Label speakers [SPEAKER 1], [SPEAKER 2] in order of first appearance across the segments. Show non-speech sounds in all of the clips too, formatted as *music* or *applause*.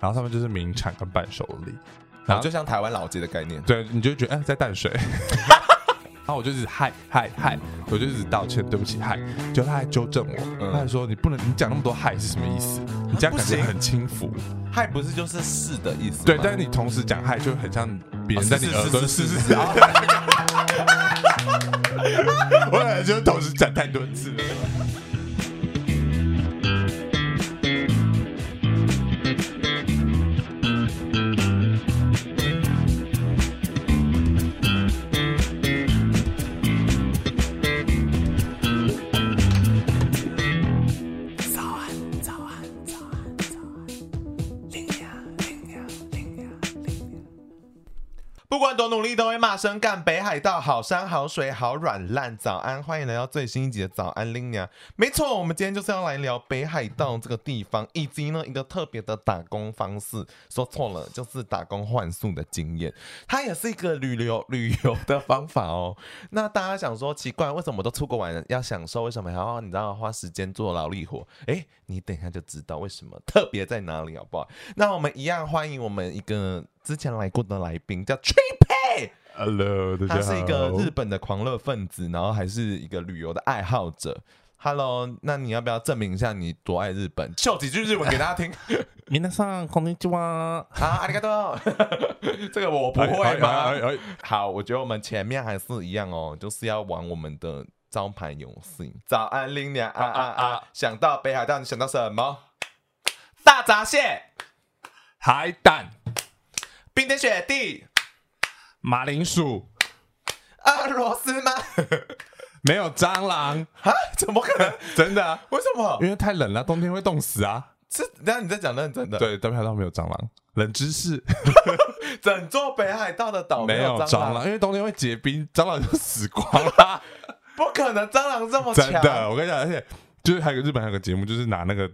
[SPEAKER 1] 然后他们就是名产跟伴手礼，
[SPEAKER 2] 然后就像台湾老街的概念，
[SPEAKER 1] 对，你就觉得哎、在淡 *laughs* 水，然后我就一直嗨嗨嗨，我就一直道歉，对不起嗨，结果他还纠正我，
[SPEAKER 2] 嗯
[SPEAKER 1] 他还说你不能你讲那么多嗨是什么意思？你这样
[SPEAKER 2] 不
[SPEAKER 1] 感觉
[SPEAKER 2] 行
[SPEAKER 1] 很轻浮，
[SPEAKER 2] 嗨不是就是是的意思吗？
[SPEAKER 1] 对，但是你同时讲嗨就很像别
[SPEAKER 2] 哦
[SPEAKER 1] 人
[SPEAKER 2] 是
[SPEAKER 1] 在你
[SPEAKER 2] 是
[SPEAKER 1] 耳
[SPEAKER 2] 是
[SPEAKER 1] 朵
[SPEAKER 2] 是
[SPEAKER 1] 是 *laughs*
[SPEAKER 2] 是
[SPEAKER 1] 是
[SPEAKER 2] 是
[SPEAKER 1] 是，我感觉同时讲太多次了。
[SPEAKER 2] 不管多努力，都会骂声干。北海道好山好水好软烂，早安，欢迎来到最新一集的早安 Lina。没错，我们今天就是要来聊北海道这个地方，以及呢一个特别的打工方式。说错了，就是打工换宿的经验，它也是一个旅游旅游的方法哦。那大家想说奇怪，为什么都出国玩了要享受，为什么还要你知道花时间做劳力活？诶，你等一下就知道为什么特别在哪里，好不好？那我们一样欢迎我们一个之前来过的来宾，叫 Trippy，
[SPEAKER 1] Hello，大
[SPEAKER 2] 他
[SPEAKER 1] 家
[SPEAKER 2] 是一个
[SPEAKER 1] 好
[SPEAKER 2] 日本的狂热分子，然后还是一个旅游的爱好者。Hello，那你要不要证明一下你多爱日本？秀几句日文给大家 *laughs* 听
[SPEAKER 1] 皆さんこんにちは。
[SPEAKER 2] 啊！阿里嘎多， *laughs* 这个我不会
[SPEAKER 1] 哎
[SPEAKER 2] 吗？
[SPEAKER 1] 哎哎
[SPEAKER 2] 好，我觉得我们前面还是一样哦，就是要玩我们的招牌游戏。早安，林娘啊啊啊！想到北海道，你想到什么？大闸蟹、
[SPEAKER 1] 海胆、
[SPEAKER 2] 冰天雪地、
[SPEAKER 1] 马铃薯，
[SPEAKER 2] 俄罗斯吗？ *laughs*
[SPEAKER 1] 没有蟑螂，
[SPEAKER 2] 啊？怎么可能？
[SPEAKER 1] 真的、啊，
[SPEAKER 2] 为什么？
[SPEAKER 1] 因为太冷了，冬天会冻死啊。
[SPEAKER 2] 是，然后你在讲认真的。，
[SPEAKER 1] 对，北海道没有蟑螂，冷知识
[SPEAKER 2] 整座北海道的
[SPEAKER 1] *laughs*
[SPEAKER 2] 岛
[SPEAKER 1] 没有
[SPEAKER 2] 哦有
[SPEAKER 1] 蟑
[SPEAKER 2] 螂，
[SPEAKER 1] 螂，因为冬天会结冰，蟑螂就死光
[SPEAKER 2] *laughs*
[SPEAKER 1] 了。
[SPEAKER 2] 不可能蟑螂这么
[SPEAKER 1] 真
[SPEAKER 2] 强。
[SPEAKER 1] 的，我跟你讲，而且就是还有个日本还有个节目，就是拿那个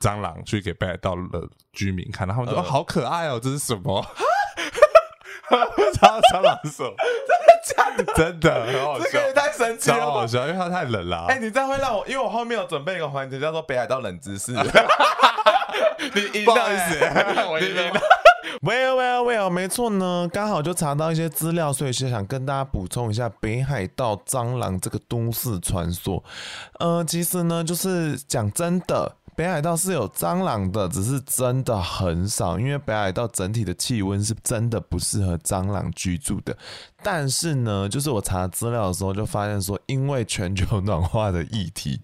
[SPEAKER 1] 蟑螂去给北海道的居民看，然后他们说、
[SPEAKER 2] 嗯
[SPEAKER 1] 哦好可爱哦，这是什么？ *laughs* 蟑蟑螂是什么？
[SPEAKER 2] 假的，
[SPEAKER 1] 真的很好
[SPEAKER 2] 这
[SPEAKER 1] 笑
[SPEAKER 2] 个，也太神奇
[SPEAKER 1] 超
[SPEAKER 2] 了
[SPEAKER 1] 好
[SPEAKER 2] 吧！
[SPEAKER 1] 笑，因为它太冷了啊。
[SPEAKER 2] 哎、你这样会让我，因为我后面有准备一个环节叫做北海道冷
[SPEAKER 1] *laughs*
[SPEAKER 2] 知识。 *laughs* 你赢
[SPEAKER 1] 不
[SPEAKER 2] 了、
[SPEAKER 1] 好意思
[SPEAKER 2] *laughs* 欸，
[SPEAKER 1] 我赢了
[SPEAKER 2] 你 Well, well, well，没错呢，刚好就查到一些资料，所以是想跟大家补充一下北海道蟑螂这个都市传说。呃，其实呢，就是讲真的，北海道是有蟑螂的，只是真的很少，因为北海道整体的气温是真的不适合蟑螂居住的。但是呢，就是我查资料的时候就发现说，因为全球暖化的议题。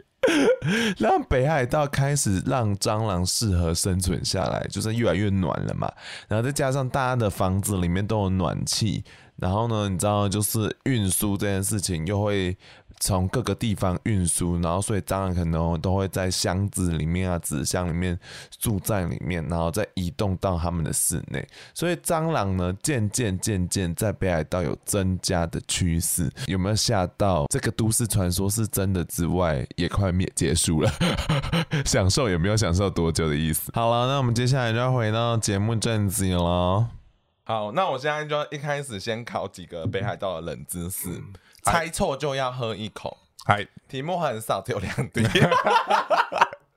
[SPEAKER 2] *laughs* 让北海道开始让蟑螂适合生存下来，就是越来越暖了嘛。然后再加上大家的房子里面都有暖气，然后呢，你知道就是运输这件事情又会从各个地方运输，然后所以蟑螂可能都会在箱子里面啊、纸箱里面住在里面，然后再移动到他们的室内。所以蟑螂呢，渐渐渐渐在北海道有增加的趋势。有没有吓到？这个都市传说是真的之外，也快灭结束了。 *laughs* 享受也没有享受多久的意思。好了，那我们接下来就要回到节目正题了。好，那我现在就一开始先考几个北海道的冷知识，猜错就要喝一口。
[SPEAKER 1] 嗨，
[SPEAKER 2] 题目很少，只有两题。 *laughs*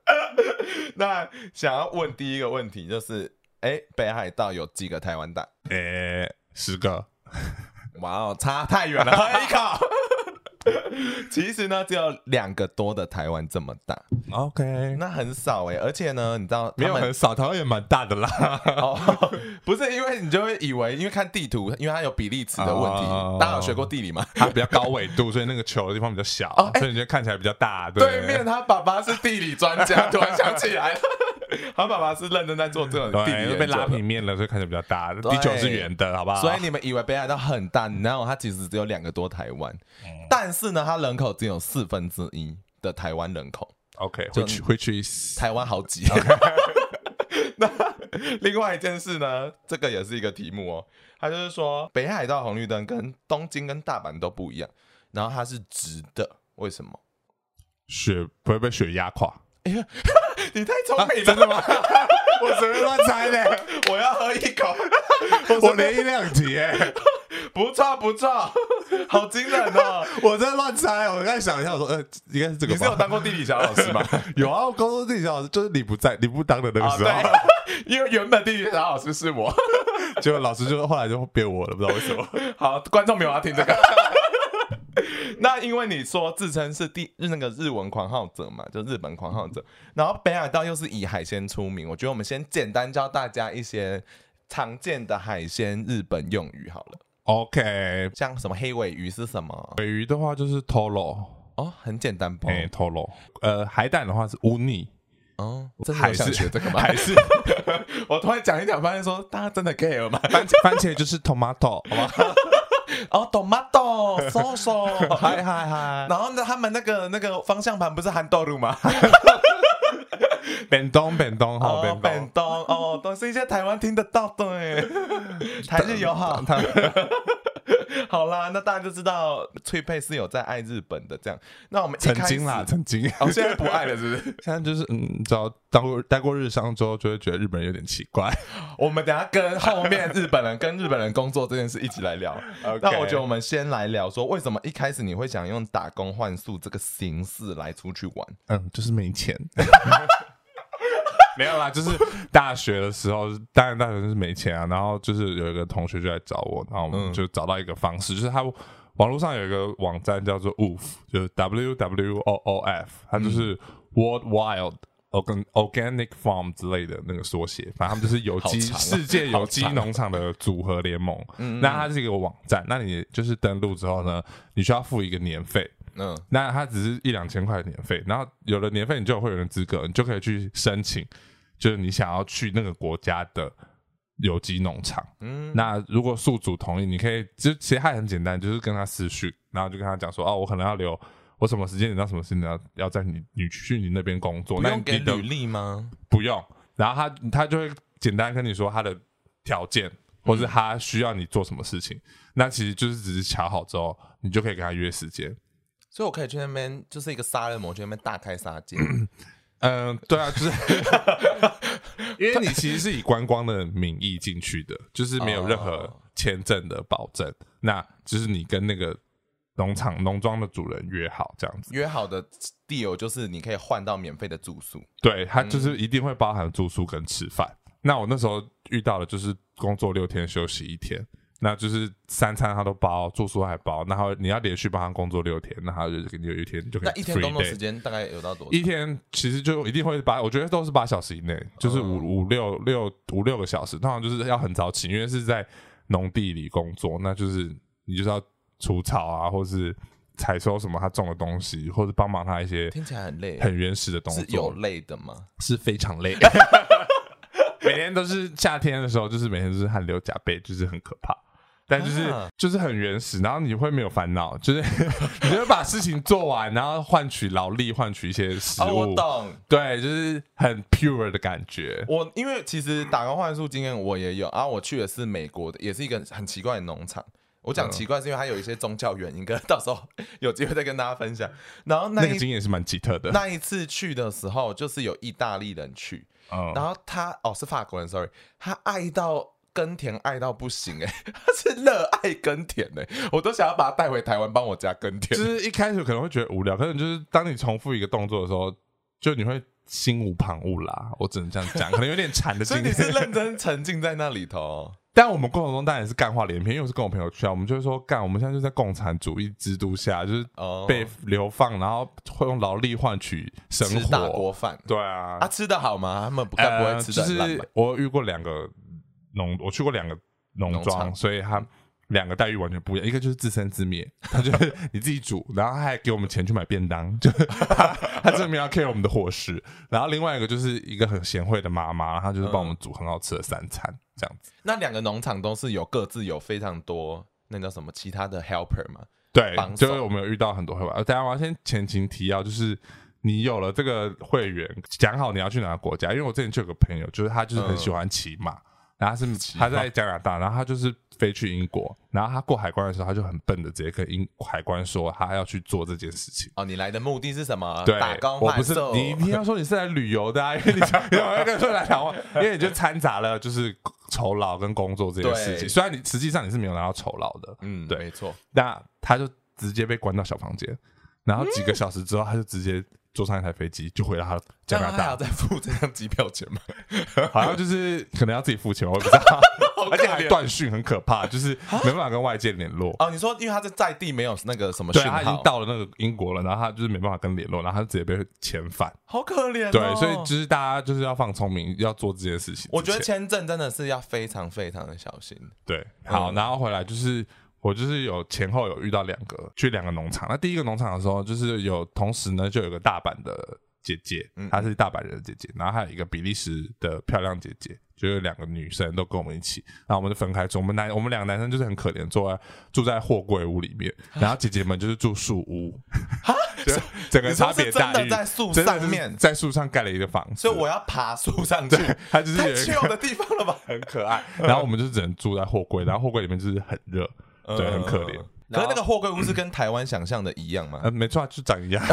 [SPEAKER 2] 那想要问第一个问题就是，哎、北海道有几个台湾岛？
[SPEAKER 1] 诶，十个，
[SPEAKER 2] 哇哦，差太远
[SPEAKER 1] *laughs*
[SPEAKER 2] 了，喝一口。 *laughs* 其实呢，只有两个多的台湾这么大，
[SPEAKER 1] OK，
[SPEAKER 2] 那很少哎、而且呢，你知道他
[SPEAKER 1] 没有
[SPEAKER 2] 们
[SPEAKER 1] 很少，台湾也蛮大的啦。
[SPEAKER 2] 哦， *laughs* 不是，因为你就会以为，因为看地图，因为它有比例尺的问题，
[SPEAKER 1] 哦
[SPEAKER 2] 大家有学过地理吗？
[SPEAKER 1] 它比较高纬度，所以那个球的地方比较小，
[SPEAKER 2] 哦哎
[SPEAKER 1] 所以你就看起来比较大。
[SPEAKER 2] 对面他爸爸是地理专家，突然想起来了， *laughs* 他爸爸是认真在做这种地理
[SPEAKER 1] 对，
[SPEAKER 2] 研
[SPEAKER 1] 就
[SPEAKER 2] 究
[SPEAKER 1] 被拉
[SPEAKER 2] 的
[SPEAKER 1] 平面了，所以看起来比较大。地球是圆的，好不好？
[SPEAKER 2] 所以你们以为北海道很大，然后它其实只有两个多台湾，但是呢，它人口只有四分之一的台湾人口，
[SPEAKER 1] OK，
[SPEAKER 2] 就
[SPEAKER 1] 回去回去
[SPEAKER 2] 台湾好挤。 *laughs* 那另外一件事呢，这个也是一个题目哦，它就是说北海道红绿灯跟东京跟大阪都不一样，然后它是直的，为什么？
[SPEAKER 1] 雪不会被雪压垮。
[SPEAKER 2] 你太聪明了，
[SPEAKER 1] 真
[SPEAKER 2] *laughs*
[SPEAKER 1] 的吗？ *laughs* 我随便乱猜的， *laughs*
[SPEAKER 2] 我要喝一口，
[SPEAKER 1] 我连一两题耶。
[SPEAKER 2] 不错不错，好惊人哦！
[SPEAKER 1] *laughs* 我在乱猜，我刚才想一下，我说呃，应该是这个
[SPEAKER 2] 你是有
[SPEAKER 1] 吧？
[SPEAKER 2] 当过地理小老 *laughs* 师吗？
[SPEAKER 1] *laughs* 有啊，我高中地理老师就是你不在，你不当的那个
[SPEAKER 2] 啊，
[SPEAKER 1] 时候，
[SPEAKER 2] 对，因为原本地理小老师是我。
[SPEAKER 1] *laughs* 结果老师就后来就变我了，不知道为什 *laughs* 么。
[SPEAKER 2] 好，观众没有要听这个。 *laughs* 那因为你说自称是第那个日文狂好者嘛，就日本狂好者，然后北海道又是以海鲜出名，我觉得我们先简单教大家一些常见的海鲜日本用语好了，
[SPEAKER 1] OK，
[SPEAKER 2] 像什么黑尾鱼是什么？
[SPEAKER 1] 尾鱼的话就是 toro，
[SPEAKER 2] 哦，很简单吧？
[SPEAKER 1] 哎，toro，呃，海胆的话是 uni，
[SPEAKER 2] 哦，真的
[SPEAKER 1] 海
[SPEAKER 2] 有想
[SPEAKER 1] 是
[SPEAKER 2] 学这个吗？
[SPEAKER 1] 海是
[SPEAKER 2] *laughs* 我突然讲一讲，发现说大家真的 care 吗？
[SPEAKER 1] 番番茄就是
[SPEAKER 2] *laughs*
[SPEAKER 1] tomato，好吗？
[SPEAKER 2] 哦，tomato sauce，
[SPEAKER 1] *laughs* 嗨嗨嗨
[SPEAKER 2] 然后呢，他们那个那个方向盘不是含豆乳吗？
[SPEAKER 1] 便当便当哈，
[SPEAKER 2] 哦，
[SPEAKER 1] 便
[SPEAKER 2] 本
[SPEAKER 1] 当。
[SPEAKER 2] 东哦，都是一些台湾听得到的哎，台日友好。好啦，那大家就知道翠佩是有在爱日本的这样。那我们一
[SPEAKER 1] 曾
[SPEAKER 2] 开始
[SPEAKER 1] 经啦，，曾经，
[SPEAKER 2] 哦，现在不爱了是不是？
[SPEAKER 1] *laughs* 现在就是嗯，只要当过待过日商之后，就会觉得日本人有点奇怪。
[SPEAKER 2] 我们等一下跟后面日本人跟日本人工作这件事一起来聊。
[SPEAKER 1] OK
[SPEAKER 2] 那我觉得我们先来聊说，为什么一开始你会想用打工换宿这个形式来出去玩？
[SPEAKER 1] 嗯，就是没钱。 *laughs* 没有啦，就是大学的时候，当然大学就是没钱啊。然后就是有一个同学就来找我，然后我们就找到一个方式，就是他网络上有一个网站叫做 WOOF，就是 W W O O F，它就是 World Wild。Organ Organic Farm 之类的那个缩写，反正他们就是有机、
[SPEAKER 2] 好长啊
[SPEAKER 1] 世界有机
[SPEAKER 2] 好长
[SPEAKER 1] 农场的组合联盟。那它是一个网站，那你就是登录之后呢，你需要付一个年费，
[SPEAKER 2] 嗯，
[SPEAKER 1] 那它只是一两千块的年费，然后有了年费，你就会有人资格，你就可以去申请，就是你想要去那个国家的有机农场。嗯，那如果宿主同意，你可以就其实它也很简单，就是跟他私讯，然后就跟他讲说，哦，我可能要留，我什么时间点到什么时间点要要在你你去你那边工作，
[SPEAKER 2] 不
[SPEAKER 1] 那
[SPEAKER 2] 用
[SPEAKER 1] 你
[SPEAKER 2] 给
[SPEAKER 1] 的
[SPEAKER 2] 履历吗？
[SPEAKER 1] 不用，然后他他就会简单跟你说他的条件，或是他需要你做什么事情，那其实就是只是瞧好之后，你就可以跟他约时间。
[SPEAKER 2] 所以我可以去那边，就是一个杀人魔，去那边大开杀戒。 *laughs*
[SPEAKER 1] 嗯，对啊，就是因为你其实是以观光的名义进去的，就是没有任何
[SPEAKER 2] 哦
[SPEAKER 1] 签证的保证，那就是你跟那个农场农庄的主人约好这样子。
[SPEAKER 2] 约好的地友就是你可以换到免费的住宿。
[SPEAKER 1] 对，他就是
[SPEAKER 2] 嗯
[SPEAKER 1] 一定会包含住宿跟吃饭。那我那时候遇到的就是工作六天休息一天，那就是三餐他都包，住宿还包，然后你要连续帮他工作六天，那他就给你有一天就可以
[SPEAKER 2] 那一天
[SPEAKER 1] free
[SPEAKER 2] 工作
[SPEAKER 1] day
[SPEAKER 2] 时间大概有到多少？
[SPEAKER 1] 一天其实就一定会八，我觉得都是八小时以内，就是
[SPEAKER 2] 嗯
[SPEAKER 1] 五五六六五六个小时，通常就是要很早起，因为是在农地里工作，那就是你就是要除草啊，或是采收什么他种的东西，或者帮忙他一些
[SPEAKER 2] 听起来很累，
[SPEAKER 1] 很原始的东西
[SPEAKER 2] 是，有累的吗？
[SPEAKER 1] 是非常累， *laughs*
[SPEAKER 2] *laughs*
[SPEAKER 1] 每天都是夏天的时候，就是每天都是汗流浃背，就是很可怕。但就是、
[SPEAKER 2] 啊
[SPEAKER 1] 就是很原始，然后你会没有烦恼，就是 *laughs* 你就会把事情做完，然后换取劳力，换取一些食物。
[SPEAKER 2] 哦，我懂。
[SPEAKER 1] 对，就是很 pure 的感觉。
[SPEAKER 2] 我因为其实打工换宿经验我也有，然、后我去的是美国的，也是一个很奇怪的农场。我
[SPEAKER 1] 嗯
[SPEAKER 2] 讲奇怪是因为它有一些宗教原因，跟 *laughs* 到时候有机会再跟大家分享。然后那
[SPEAKER 1] 那
[SPEAKER 2] 一、
[SPEAKER 1] 个经验是蛮奇特的。
[SPEAKER 2] 那一次去的时候，就是有意大利人去，
[SPEAKER 1] 嗯，
[SPEAKER 2] 然后他哦是法国人，sorry，他爱到耕田爱到不行哎、 *laughs* 他是热爱耕田哎、我都想要把他带回台湾帮我家耕田
[SPEAKER 1] 就。是一开始可能会觉得无聊，可能就是当你重复一个动作的时候，就你会心无旁骛啦。我只能这样讲，可能有点惨的
[SPEAKER 2] 所以
[SPEAKER 1] 经
[SPEAKER 2] 你
[SPEAKER 1] 验。
[SPEAKER 2] 是认真沉浸在那里头哦，
[SPEAKER 1] 但我们过程中当然也是干话连篇，因为我是跟我朋友去啊，我们就是说干，我们现在就在共产主义制度下，就是
[SPEAKER 2] 哦
[SPEAKER 1] 被流放，然后会用劳力换取生
[SPEAKER 2] 吃大
[SPEAKER 1] 活。
[SPEAKER 2] 锅饭
[SPEAKER 1] 对啊，
[SPEAKER 2] 啊，吃的好吗？他们不该
[SPEAKER 1] 呃，
[SPEAKER 2] 不会吃
[SPEAKER 1] 就
[SPEAKER 2] 的很烂吧？
[SPEAKER 1] 是我遇过两个农，我去过两个农
[SPEAKER 2] 农
[SPEAKER 1] 庄，
[SPEAKER 2] 场
[SPEAKER 1] 所以他两个待遇完全不一样。一个就是自生自灭， *laughs* 他就是你自己煮，然后他还给我们钱去买便当， *laughs* 就是他他真的没有 care 我们的伙食。然后另外一个就是一个很贤惠的妈妈，她就是帮我
[SPEAKER 2] 嗯
[SPEAKER 1] 们煮很好吃的三餐这样子。
[SPEAKER 2] 那两个农场都是有各自有非常多那叫什么其他的 helper 嘛？
[SPEAKER 1] 对，
[SPEAKER 2] 帮手
[SPEAKER 1] 就是我们有遇到很多会玩。呃，当然我要先前情提要，就是你有了这个会员，讲好你要去哪个国家。因为我之前就有个朋友，就是他就是
[SPEAKER 2] 嗯
[SPEAKER 1] 很喜欢骑马，然后他是他在加拿大，然后他就是飞去英国，然后他过海关的时候，他就很笨的直接跟英海关说他要去做这件事情。
[SPEAKER 2] 哦，你来的目的是什么？
[SPEAKER 1] 对
[SPEAKER 2] 呃打，工
[SPEAKER 1] 我
[SPEAKER 2] 换
[SPEAKER 1] 不是
[SPEAKER 2] 宿 *laughs*
[SPEAKER 1] 你，你要说你是来旅游的啊，因为你想你好像跟说来台湾，因为你就掺杂了就是酬劳跟工作这件事情，
[SPEAKER 2] 对
[SPEAKER 1] 虽然你实际上你是没有拿到酬劳的，
[SPEAKER 2] 嗯，
[SPEAKER 1] 对
[SPEAKER 2] 没错，
[SPEAKER 1] 那他就直接被关到小房间，然后几
[SPEAKER 2] 嗯
[SPEAKER 1] 个小时之后，他就直接坐上一台飞机就回到他加
[SPEAKER 2] 这
[SPEAKER 1] 拿
[SPEAKER 2] 样他嗯还
[SPEAKER 1] 大
[SPEAKER 2] 要，再付这张机票
[SPEAKER 1] *laughs*
[SPEAKER 2] 钱吗？
[SPEAKER 1] 好像就是可能要自己付钱吧，我也不知道， *laughs* 而且还断讯，很可怕，就是没办法跟外界联络。
[SPEAKER 2] 啊哦，你说因为他在在地没有那个什么
[SPEAKER 1] 对
[SPEAKER 2] 讯
[SPEAKER 1] 他已经
[SPEAKER 2] 号，
[SPEAKER 1] 到了那个英国了，然后他就是没办法跟联络，然后他直接被遣返。
[SPEAKER 2] 好可怜、哦。
[SPEAKER 1] 对，所以就是大家就是要放聪明，要做这件事情。
[SPEAKER 2] 我觉得签证真的是要非常非常的小心。
[SPEAKER 1] 对，
[SPEAKER 2] 嗯
[SPEAKER 1] 好，然后回来就是我就是有前后有遇到两个去两个农场，那第一个农场的时候，就是有同时呢就有个大阪的姐姐，
[SPEAKER 2] 嗯
[SPEAKER 1] 她是大阪人的姐姐，然后还有一个比利时的漂亮姐姐。就有两个女生都跟我们一起，然后我们就分开住。我们男我们两个男生就是很可怜，坐在住在货柜屋里面，*laughs*
[SPEAKER 2] 啊
[SPEAKER 1] 然后姐姐们就是住树屋， *laughs*
[SPEAKER 2] *laughs*
[SPEAKER 1] 就是整个
[SPEAKER 2] 你说
[SPEAKER 1] 差别
[SPEAKER 2] 是真
[SPEAKER 1] 待
[SPEAKER 2] 的
[SPEAKER 1] 遇。
[SPEAKER 2] 在树
[SPEAKER 1] 真的
[SPEAKER 2] 上
[SPEAKER 1] 是
[SPEAKER 2] 面
[SPEAKER 1] 在树上盖了一个房子，
[SPEAKER 2] 所以我要爬树上去，
[SPEAKER 1] *laughs* 它就是有
[SPEAKER 2] 太
[SPEAKER 1] 一个
[SPEAKER 2] 旧的地方了吧？
[SPEAKER 1] 很可爱。然后我们就只能住在货柜，然后货柜里面就是很热， *laughs*
[SPEAKER 2] 嗯
[SPEAKER 1] 对，很可怜。
[SPEAKER 2] 可呃是那个货柜屋是跟台湾想象的一样吗？
[SPEAKER 1] 呃，没错啊，就长一样，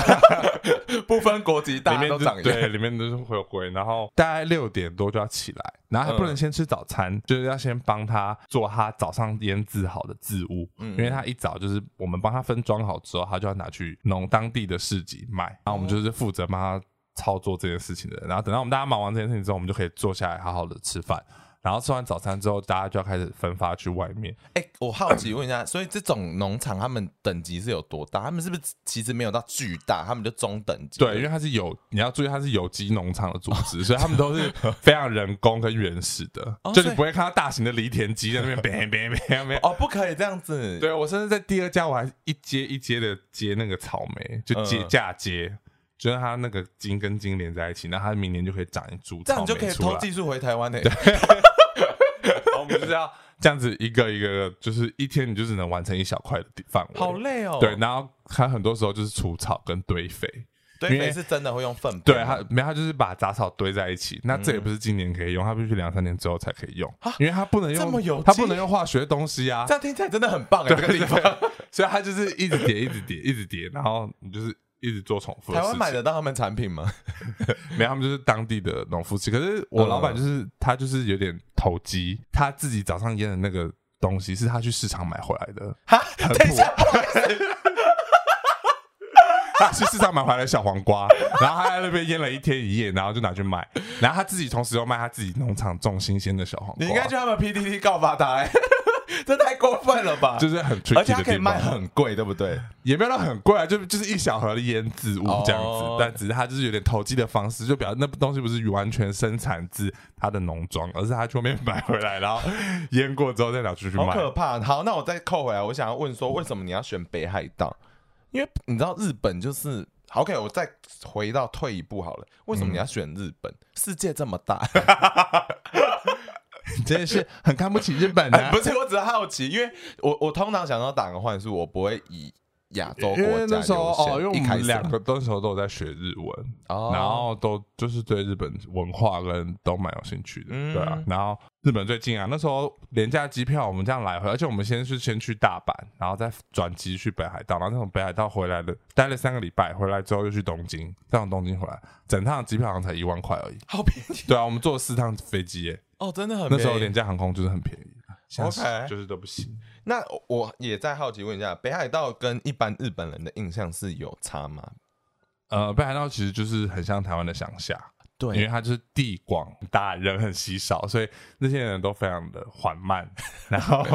[SPEAKER 2] 不分国籍，
[SPEAKER 1] 里
[SPEAKER 2] *laughs* 大家
[SPEAKER 1] 面
[SPEAKER 2] 都
[SPEAKER 1] 就
[SPEAKER 2] 长一
[SPEAKER 1] 对，
[SPEAKER 2] 样。
[SPEAKER 1] 呃里面都是火龟，然后大概六点多就要起来，然后还不能先吃早
[SPEAKER 2] *laughs*
[SPEAKER 1] 餐，就是要先帮他做他早上腌制好的渍物，
[SPEAKER 2] 嗯
[SPEAKER 1] 因为他一早就是我们帮他分装好之后，他就要拿去农当地的市集卖，然后
[SPEAKER 2] 哦
[SPEAKER 1] 我们就是负责帮他操作这件事情的人，然后等到我们大家忙完这件事情之后，我们就可以坐下来好好的吃饭。然后吃完早餐之后，大家就要开始分发去外面。
[SPEAKER 2] 哎，我好奇问一下，所以这种农场他们等级是有多大？他们是不是其实没有到巨大，他们就中等级？
[SPEAKER 1] 对，因为它是有，你要注意，它是有机农场的组织，所以他们
[SPEAKER 2] *laughs*
[SPEAKER 1] 都是非常人工跟原始的，
[SPEAKER 2] 哦
[SPEAKER 1] 就
[SPEAKER 2] 所
[SPEAKER 1] 你
[SPEAKER 2] 以
[SPEAKER 1] 不会看到大型的犁田机在那边 *laughs* bang bang bang bang。
[SPEAKER 2] 哦，不可以这样子。
[SPEAKER 1] 对我甚至在第二家，我还一阶一阶的接那个草莓，就接
[SPEAKER 2] 嗯
[SPEAKER 1] 嫁接，就是它那个茎跟茎连在一起，那它明年就可以长一株
[SPEAKER 2] 这
[SPEAKER 1] 草
[SPEAKER 2] 样
[SPEAKER 1] 莓
[SPEAKER 2] 你就可以
[SPEAKER 1] 出
[SPEAKER 2] 偷哦
[SPEAKER 1] 来。
[SPEAKER 2] 技术回台湾呢、
[SPEAKER 1] 然后我们就是要这样子一个一个，就是一天你就只能完成一小块的地范围。
[SPEAKER 2] 好累哦。
[SPEAKER 1] 对，，然后它很多时候就是除草跟堆肥。
[SPEAKER 2] 堆
[SPEAKER 1] 因为
[SPEAKER 2] 肥是真的会用粪便
[SPEAKER 1] 对
[SPEAKER 2] 吗，
[SPEAKER 1] 他，没有他就是把杂草堆在一起。那
[SPEAKER 2] 嗯
[SPEAKER 1] 这也不是今年可以用，他必须两三年之后才可以用，因为他不能用，
[SPEAKER 2] 啊这么有
[SPEAKER 1] 他
[SPEAKER 2] 机
[SPEAKER 1] 不能用化学东西啊
[SPEAKER 2] 这。样听起来真的很棒哎、这个地方。
[SPEAKER 1] 所以他就是一直叠，一直叠，一直叠，然后你就是一直做重复的
[SPEAKER 2] 台
[SPEAKER 1] 事
[SPEAKER 2] 湾
[SPEAKER 1] 情。
[SPEAKER 2] 买得到他们产品吗？
[SPEAKER 1] 没有，他们就是当地的农夫吃。可是我老
[SPEAKER 2] 嗯
[SPEAKER 1] 板就是、他，就是有点投机，他自己早上腌的那个东西是他去市场买回来的，
[SPEAKER 2] *laughs* 哈，
[SPEAKER 1] 很
[SPEAKER 2] 等一
[SPEAKER 1] 普啊
[SPEAKER 2] 下，
[SPEAKER 1] 他去市场买回来的小黄瓜，然后他在那边腌了一天一夜，然后就拿去卖，然后他自己同时又卖他自己农场种新鲜的小黄瓜，
[SPEAKER 2] 你应该去他们 PTT 告发他、欸， *laughs* 这太过分了吧？
[SPEAKER 1] 就是很 tricky
[SPEAKER 2] 而且他
[SPEAKER 1] 的
[SPEAKER 2] 可以
[SPEAKER 1] 地
[SPEAKER 2] 卖
[SPEAKER 1] 方
[SPEAKER 2] 很贵，对不对？
[SPEAKER 1] 也没有到很贵啊，就就是一小盒的腌制物这样子，
[SPEAKER 2] 哦
[SPEAKER 1] 但只是它就是有点投机的方式，就表示那东西不是完全生产自它的农庄，而是它去外面买回来，然后腌过之后再拿出去
[SPEAKER 2] 好
[SPEAKER 1] 卖。
[SPEAKER 2] 可怕。好，那我再扣回来，我想要问说，为什么你要选北海道？因为你知道日本就是好 OK，我再回到退一步好了，为
[SPEAKER 1] 嗯
[SPEAKER 2] 什么你要选日本？世界这么
[SPEAKER 1] *laughs*
[SPEAKER 2] 大，
[SPEAKER 1] 真的是很看不起日本啊
[SPEAKER 2] 不是，我只是好奇，因为我我通常想要打个幻术，我不会以亚
[SPEAKER 1] *laughs*
[SPEAKER 2] 洲
[SPEAKER 1] 因
[SPEAKER 2] 国
[SPEAKER 1] 为
[SPEAKER 2] 家
[SPEAKER 1] 那
[SPEAKER 2] 优
[SPEAKER 1] 时
[SPEAKER 2] 先。
[SPEAKER 1] 候哦，因为我
[SPEAKER 2] 一开始
[SPEAKER 1] 们两个那时候都有在学日文，
[SPEAKER 2] 哦
[SPEAKER 1] 然后都就是对日本文化跟都蛮有兴趣的，
[SPEAKER 2] 嗯
[SPEAKER 1] 对啊。然后日本最近啊，那时候廉价机票我们这样来回，而且我们先是先去大阪，然后再转机去北海道，然后再从北海道回来的，待了三个礼拜，回来之后又去东京，再从东京回来，整趟机票好像才一万块而已。
[SPEAKER 2] 好便宜
[SPEAKER 1] 对啊，我们坐了四趟飞机耶，
[SPEAKER 2] 哦，真的很
[SPEAKER 1] 那时候
[SPEAKER 2] 便宜
[SPEAKER 1] 廉价航空就是很便宜。现在
[SPEAKER 2] OK
[SPEAKER 1] 就是都不行。
[SPEAKER 2] 那我也在好奇问一下，北海道跟一般日本人的印象是有差吗？
[SPEAKER 1] 呃，北海道其实就是很像台湾的乡下，因为
[SPEAKER 2] 对，
[SPEAKER 1] 它就是地广大，人很稀少，所以那些人都非常的缓慢，然 *laughs* 后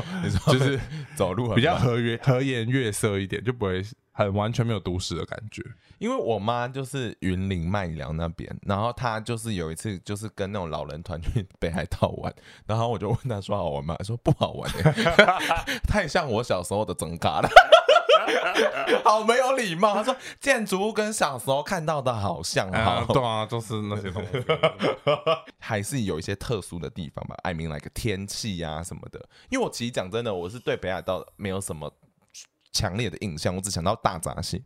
[SPEAKER 1] 就是
[SPEAKER 2] 走路很
[SPEAKER 1] 比较
[SPEAKER 2] 慢，
[SPEAKER 1] 和颜和颜悦色一点，就不会很完全没有都市的感觉。
[SPEAKER 2] 因为我妈就是云林麦寮那边，然后她就是有一次就是跟那种老人团去北海道玩， *laughs* 然后我就问她说好玩吗？她说不好玩、欸， *laughs* 太像我小时候的整嘎了。 *laughs* 好没有礼貌，她说建筑物跟小时候看到的好像，
[SPEAKER 1] 啊，
[SPEAKER 2] 好、
[SPEAKER 1] 对啊，就是那些东西。
[SPEAKER 2] 还是有一些特殊的地方吧。I mean like 天气啊什么的。因为我其实讲真的，我是对北海道没有什么强烈的印象，我只想到大闸蟹。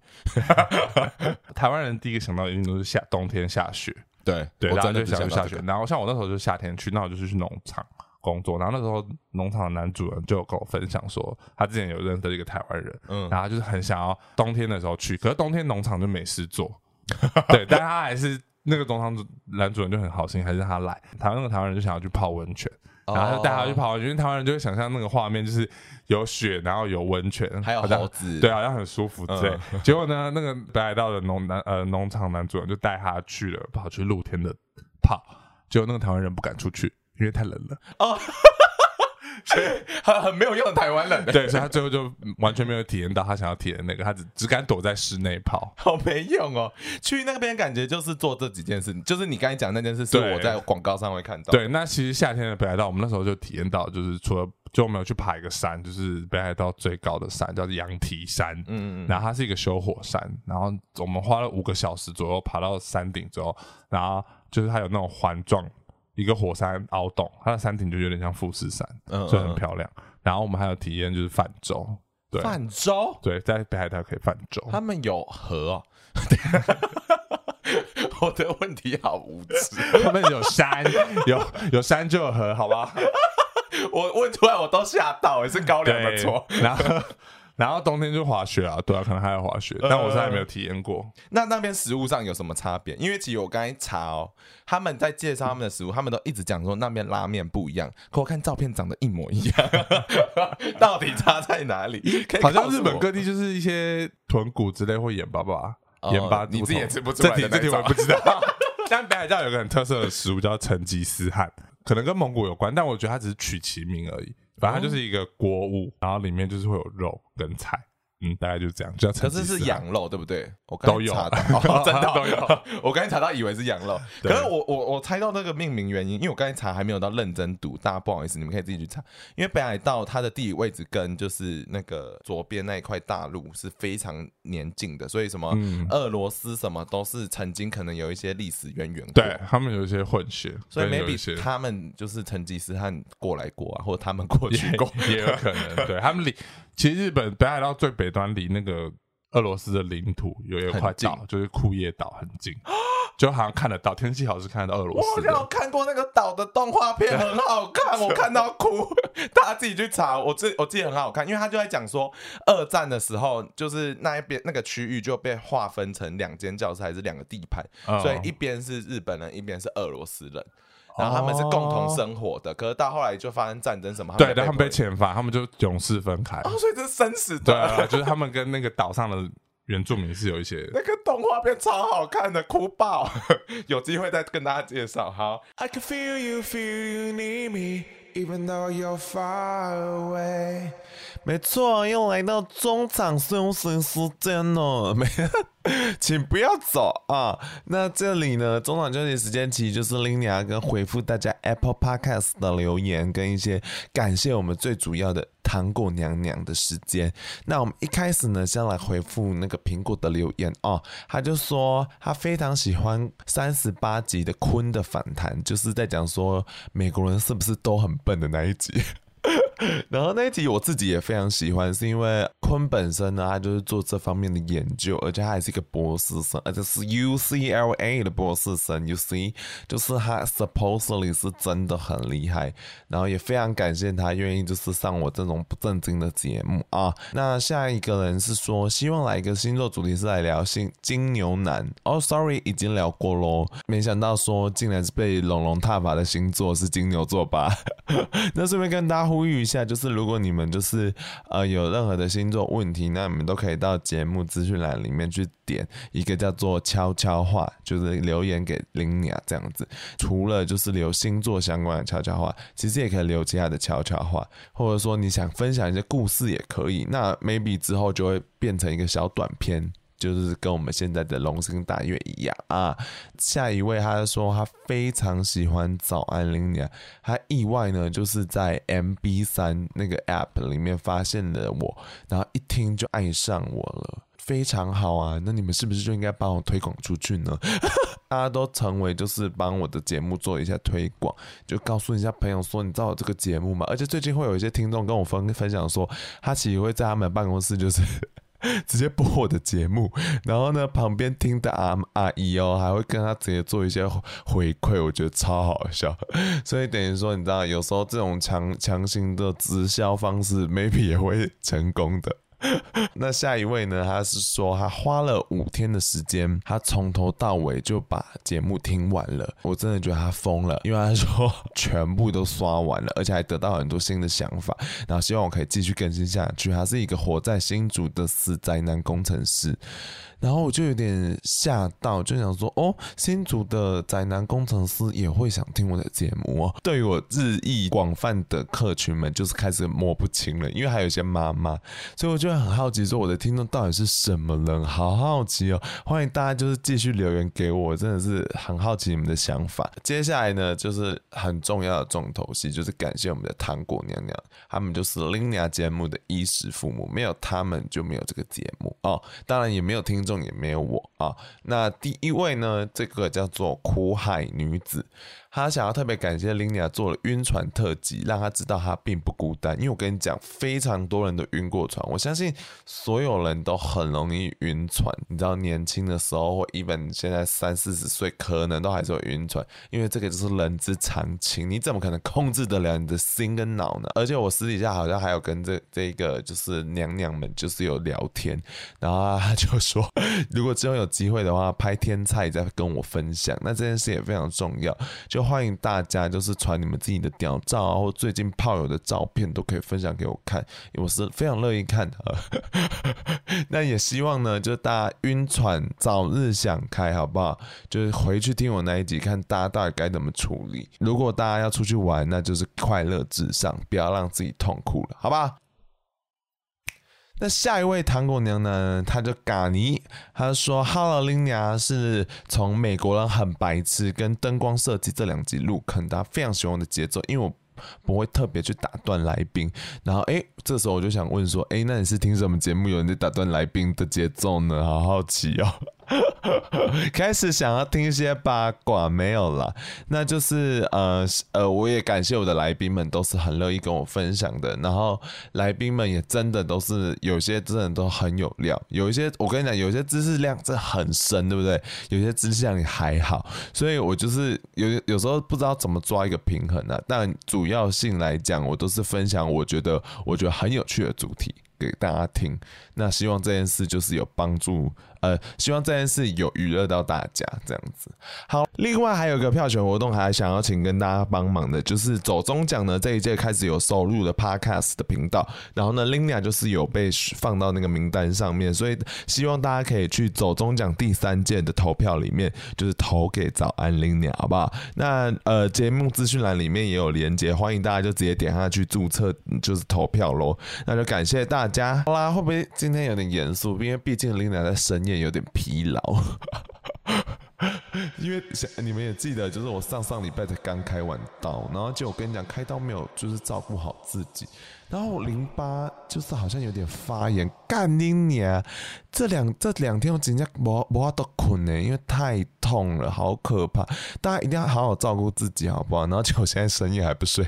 [SPEAKER 1] *laughs* 台湾人第一个想到一定都是夏冬天下雪，
[SPEAKER 2] 对
[SPEAKER 1] 对，
[SPEAKER 2] 我
[SPEAKER 1] 大家
[SPEAKER 2] 真的
[SPEAKER 1] 就
[SPEAKER 2] 只
[SPEAKER 1] 想
[SPEAKER 2] 想
[SPEAKER 1] 去
[SPEAKER 2] 到
[SPEAKER 1] 下
[SPEAKER 2] 这
[SPEAKER 1] 雪
[SPEAKER 2] 个。。
[SPEAKER 1] 然后像我那时候就是夏天去，那我就是去农场工作，然后那时候农场的男主人就有跟我分享说，他之前有认识一个台湾人，
[SPEAKER 2] 嗯
[SPEAKER 1] 然后他就是很想要冬天的时候去，可是冬天农场就没事做， *laughs* 对，但他还是那个农场主男主人就很好心，还是他来，台湾那个台湾人就想要去泡温泉，
[SPEAKER 3] 哦
[SPEAKER 1] 然后他带他去泡温泉，因为台湾人就会想象那个画面，就是有雪，然后有温泉，
[SPEAKER 3] 还有
[SPEAKER 1] 好像
[SPEAKER 3] 猴子嗯
[SPEAKER 1] 对，好像很舒服之类。结果呢，那个北海道的农男呃农场男主人就带他去了，跑去露天的泡，结果那个台湾人不敢出去，因为太冷
[SPEAKER 3] *laughs*
[SPEAKER 1] 了。
[SPEAKER 3] 很很没有用的台湾人，
[SPEAKER 1] 对，所以他最后就完全没有体验到他想要体验的那个，他只只敢躲在室内泡。
[SPEAKER 3] 好没用哦。去那边感觉就是做这几件事，就是你刚才讲那件事，是
[SPEAKER 1] 对
[SPEAKER 3] 我在广告上会看到。，
[SPEAKER 1] 对，那其实夏天的北海道，我们那时候就体验到，就是除了就我们有去爬一个山，就是北海道最高的山，叫做羊蹄山。
[SPEAKER 3] 嗯嗯嗯，
[SPEAKER 1] 然后它是一个修火山，然后我们花了五个小时左右爬到山顶之后，然后就是它有那种环状一个火山凹洞，它的山顶就有点像富士山，
[SPEAKER 3] 嗯
[SPEAKER 1] 所以很
[SPEAKER 3] 嗯
[SPEAKER 1] 漂亮。然后我们还有体验就是泛舟，对
[SPEAKER 3] 泛舟，
[SPEAKER 1] 对，在北海道可以泛舟，
[SPEAKER 3] 他们有河哦。 *laughs* 我的问题好无知，
[SPEAKER 1] *laughs* 他们有山，有有山就有河，好吧？
[SPEAKER 3] 我问出来我都吓到，也欸是高粱的
[SPEAKER 1] 对
[SPEAKER 3] 错。，
[SPEAKER 1] 然后。 *laughs* 然后冬天就滑雪啊，对啊，可能还有滑
[SPEAKER 3] 呃
[SPEAKER 1] 雪，但我是还没有体验过。
[SPEAKER 3] 那那边食物上有什么差别？因为其实我刚才查哦，他们在介绍他们的食物，他们都一直讲说那边拉面不一样，可我看照片长得一模一样， *laughs* 到底差在哪里？可以
[SPEAKER 1] 好像
[SPEAKER 3] 告诉
[SPEAKER 1] 日本
[SPEAKER 3] 我
[SPEAKER 1] 各地就是一些豚骨之类或盐巴吧，
[SPEAKER 3] 哦
[SPEAKER 1] 盐巴
[SPEAKER 3] 你
[SPEAKER 1] 不同
[SPEAKER 3] 自己也吃不出
[SPEAKER 1] 这
[SPEAKER 3] 来的
[SPEAKER 1] 题这题
[SPEAKER 3] 那
[SPEAKER 1] 我
[SPEAKER 3] 种
[SPEAKER 1] 也不知道。 *laughs* 但北海道有个很特色的食物叫成吉思汗，可能跟蒙古有关，但我觉得它只是取其名而已。反正它就是一个锅物，然后里面就是会有肉跟菜，嗯，大概就是这样，就叫成
[SPEAKER 3] 可
[SPEAKER 1] 吉
[SPEAKER 3] 是
[SPEAKER 1] 思汗。
[SPEAKER 3] 是羊肉对不对？我刚
[SPEAKER 1] 啊都有
[SPEAKER 3] 才查到 *laughs* 哦真的哦
[SPEAKER 1] 都 *laughs* 有。
[SPEAKER 3] 我刚才查到以为是羊肉，
[SPEAKER 1] 对
[SPEAKER 3] 可是我我我猜到那个命名原因，因为我刚才查还没有到认真读，大家不好意思，你们可以自己去查。因为北海道它的地理位置跟就是那个左边那一块大陆是非常年近的，所以什么
[SPEAKER 1] 嗯
[SPEAKER 3] 俄罗斯什么都是曾经可能有一些历史渊源过。
[SPEAKER 1] 对他们有一些混血，
[SPEAKER 3] 所以
[SPEAKER 1] 跟有一
[SPEAKER 3] maybe
[SPEAKER 1] 些
[SPEAKER 3] 他们就是成吉思汗过来过啊，或者他们过去
[SPEAKER 1] 也
[SPEAKER 3] 过，
[SPEAKER 1] 也有可能。对他们离，其实日本北海道最北端离那个俄罗斯的领土有一块
[SPEAKER 3] 很近
[SPEAKER 1] 岛，就是库页岛，很近，就好像看得到，天气好是看得到俄罗
[SPEAKER 3] 我好
[SPEAKER 1] 斯
[SPEAKER 3] 像有
[SPEAKER 1] 的。
[SPEAKER 3] 看过那个岛的动画片，很好看，我看到
[SPEAKER 1] *laughs*
[SPEAKER 3] 哭。大家自己去查，我记我记得很好看，因为他就在讲说，二战的时候，就是那一边那个区域就被划分成两间教室还是两个地盘，
[SPEAKER 1] 嗯
[SPEAKER 3] 所以一边是日本人，一边是俄罗斯人。然后他们是共同生活的，可是到后来就发生战争什么，
[SPEAKER 1] 哦对，但他们被
[SPEAKER 3] 迫
[SPEAKER 1] 遣返，他们就勇士分开。
[SPEAKER 3] 哦，所以这是生死
[SPEAKER 1] 对
[SPEAKER 3] 的。
[SPEAKER 1] 啊，就是他们跟那个岛上的原住民是有一些。
[SPEAKER 3] 那个动画片超好看的，哭爆！ *laughs* 有机会再跟大家介绍。好，
[SPEAKER 2] I can feel you, feel you need me, even though you're far away。没错，又来到中场休息时间了， *laughs* 没，请不要走啊！那这里呢，中场休息时间其实就是 Lina 跟回复大家 Apple Podcast 的留言，跟一些感谢我们最主要的糖果娘娘的时间。那我们一开始呢，先来回复那个苹果的留言哦，他就说他非常喜欢三十八集的坤的反弹，就是在讲说美国人是不是都很笨的那一集。然后那一集我自己也非常喜欢，是因为坤本身呢，他就是做这方面的研究，而且他还是一个博士生，而且是 UCLA 的博士生。You see，就是他 supposedly 是真的很厉害，然后也非常感谢他愿意就是上我这种不正经的节目啊。那下一个人是说，希望来一个星座主题是来聊星金牛男。哦、s o r r y 已经聊过喽，没想到说竟然是被龙龙踏伐的星座是金牛座吧。 *laughs* 那顺便跟大家呼吁一下，就是如果你们就是呃有任何的星座问题，那你们都可以到节目资讯栏里面去点一个叫做“悄悄话”，就是留言给林雅这样子。除了就是留星座相关的悄悄话，其实也可以留其他的悄悄话，或者说你想分享一些故事也可以。那 maybe 之后就会变成一个小短片。就是跟我们现在的龙星大乐一样啊。下一位，他说他非常喜欢早安林鸟，他意外呢就是在 MB 三那个 App 里面发现了我，然后一听就爱上我了。非常好啊，那你们是不是就应该帮我推广出去呢？ *laughs* 大家都成为就是帮我的节目做一下推广，就告诉一下朋友说，你知道有这个节目吗？而且最近会有一些听众跟我分分享说，他其实会在他们办公室就是 *laughs* 直接播我的节目，然后呢，旁边听的阿阿姨哦，还会跟他直接做一些回馈，我觉得超好笑。 *laughs* 所以等于说，你知道，有时候这种强强行的直销方式，maybe 也会成功的。 *laughs* 那下一位呢？他是说他花了五天的时间，他从头到尾就把节目听完了。我真的觉得他疯了，因为他说全部都刷完了，而且还得到很多新的想法。然后希望我可以继续更新下去。他是一个活在新竹的死宅男工程师。然后我就有点吓到，就想说，哦，新竹的宅男工程师也会想听我的节目哦。对于我日益广泛的客群们，就是开始摸不清了，因为还有一些妈妈，所以我就很好奇，说我的听众到底是什么人，好好奇哦。欢迎大家就是继续留言给我，真的是很好奇你们的想法。接下来呢，就是很重要的重头戏，就是感谢我们的糖果娘娘，他们就是 l i n a 节目的衣食父母，没有他们就没有这个节目哦。当然也没有听众，也没有我啊、那第一位呢，这个叫做苦海女子，她想要特别感谢 l i n a 做了晕船特辑，让她知道她并不孤单。因为我跟你讲，非常多人都晕过船，我相信所有人都很容易晕船。你知道，年轻的时候或 even 现在三四十岁，可能都还是会晕船，因为这个就是人之常情。你怎么可能控制得了你的心跟脑呢？而且我私底下好像还有跟这这个就是娘娘们就是有聊天，然后他就说， *laughs* 如果之后有机会的话，拍天菜再跟我分享。那这件事也非常重要，就欢迎大家就是传你们自己的屌照啊，或最近炮友的照片都可以分享给我看，我是非常乐意看的。 *laughs* 那也希望呢，就是大家晕船早日想开，好不好？就是回去听我那一集，看大家到底该怎么处理。如果大家要出去玩，那就是快乐至上，不要让自己痛苦了，好吧？那下一位糖果娘呢？她叫嘎尼，她说：“Hello，林娘是从美国人很白痴跟灯光设计这两集入坑的，她非常喜欢我的节奏，因为我不会特别去打断来宾。然后，诶，这时候我就想问说，诶，那你是听什么节目有人在打断来宾的节奏呢？好好奇哦。”开始想要听一些八卦，没有啦，那就是呃呃，我也感谢我的来宾们都是很乐意跟我分享的，然后来宾们也真的都是有些真的都很有料，有一些我跟你讲，有些知识量真的很深，对不对？有些知识量也还好，所以我就是有有时候不知道怎么抓一个平衡啊，但主要性来讲，我都是分享我觉得我觉得很有趣的主题。给大家听。那希望这件事就是有帮助，呃，希望这件事有娱乐到大家这样子。好，另外还有个票选活动，还想要请跟大家帮忙的，就是走中奖呢这一届开始有收入的 Podcast 的频道，然后呢 l i n a 就是有被放到那个名单上面，所以希望大家可以去走中奖第三届的投票里面，就是投给早安 l i n a 好不好？那呃，节目资讯栏里面也有连接，欢迎大家就直接点下去注册，就是投票喽。那就感谢大家。好啦，会不会今天有点严肃？因为毕竟 Lina 在深夜有点疲劳。因为想你们也记得，就是我上上礼拜才刚开完刀，然后就我跟你讲，开刀没有就是照顾好自己，然后我淋巴就是好像有点发炎，干你娘！这两这两天我真的没没法都困呢，因为太痛了，好可怕！大家一定要好好照顾自己，好不好？然后结果现在深夜还不睡，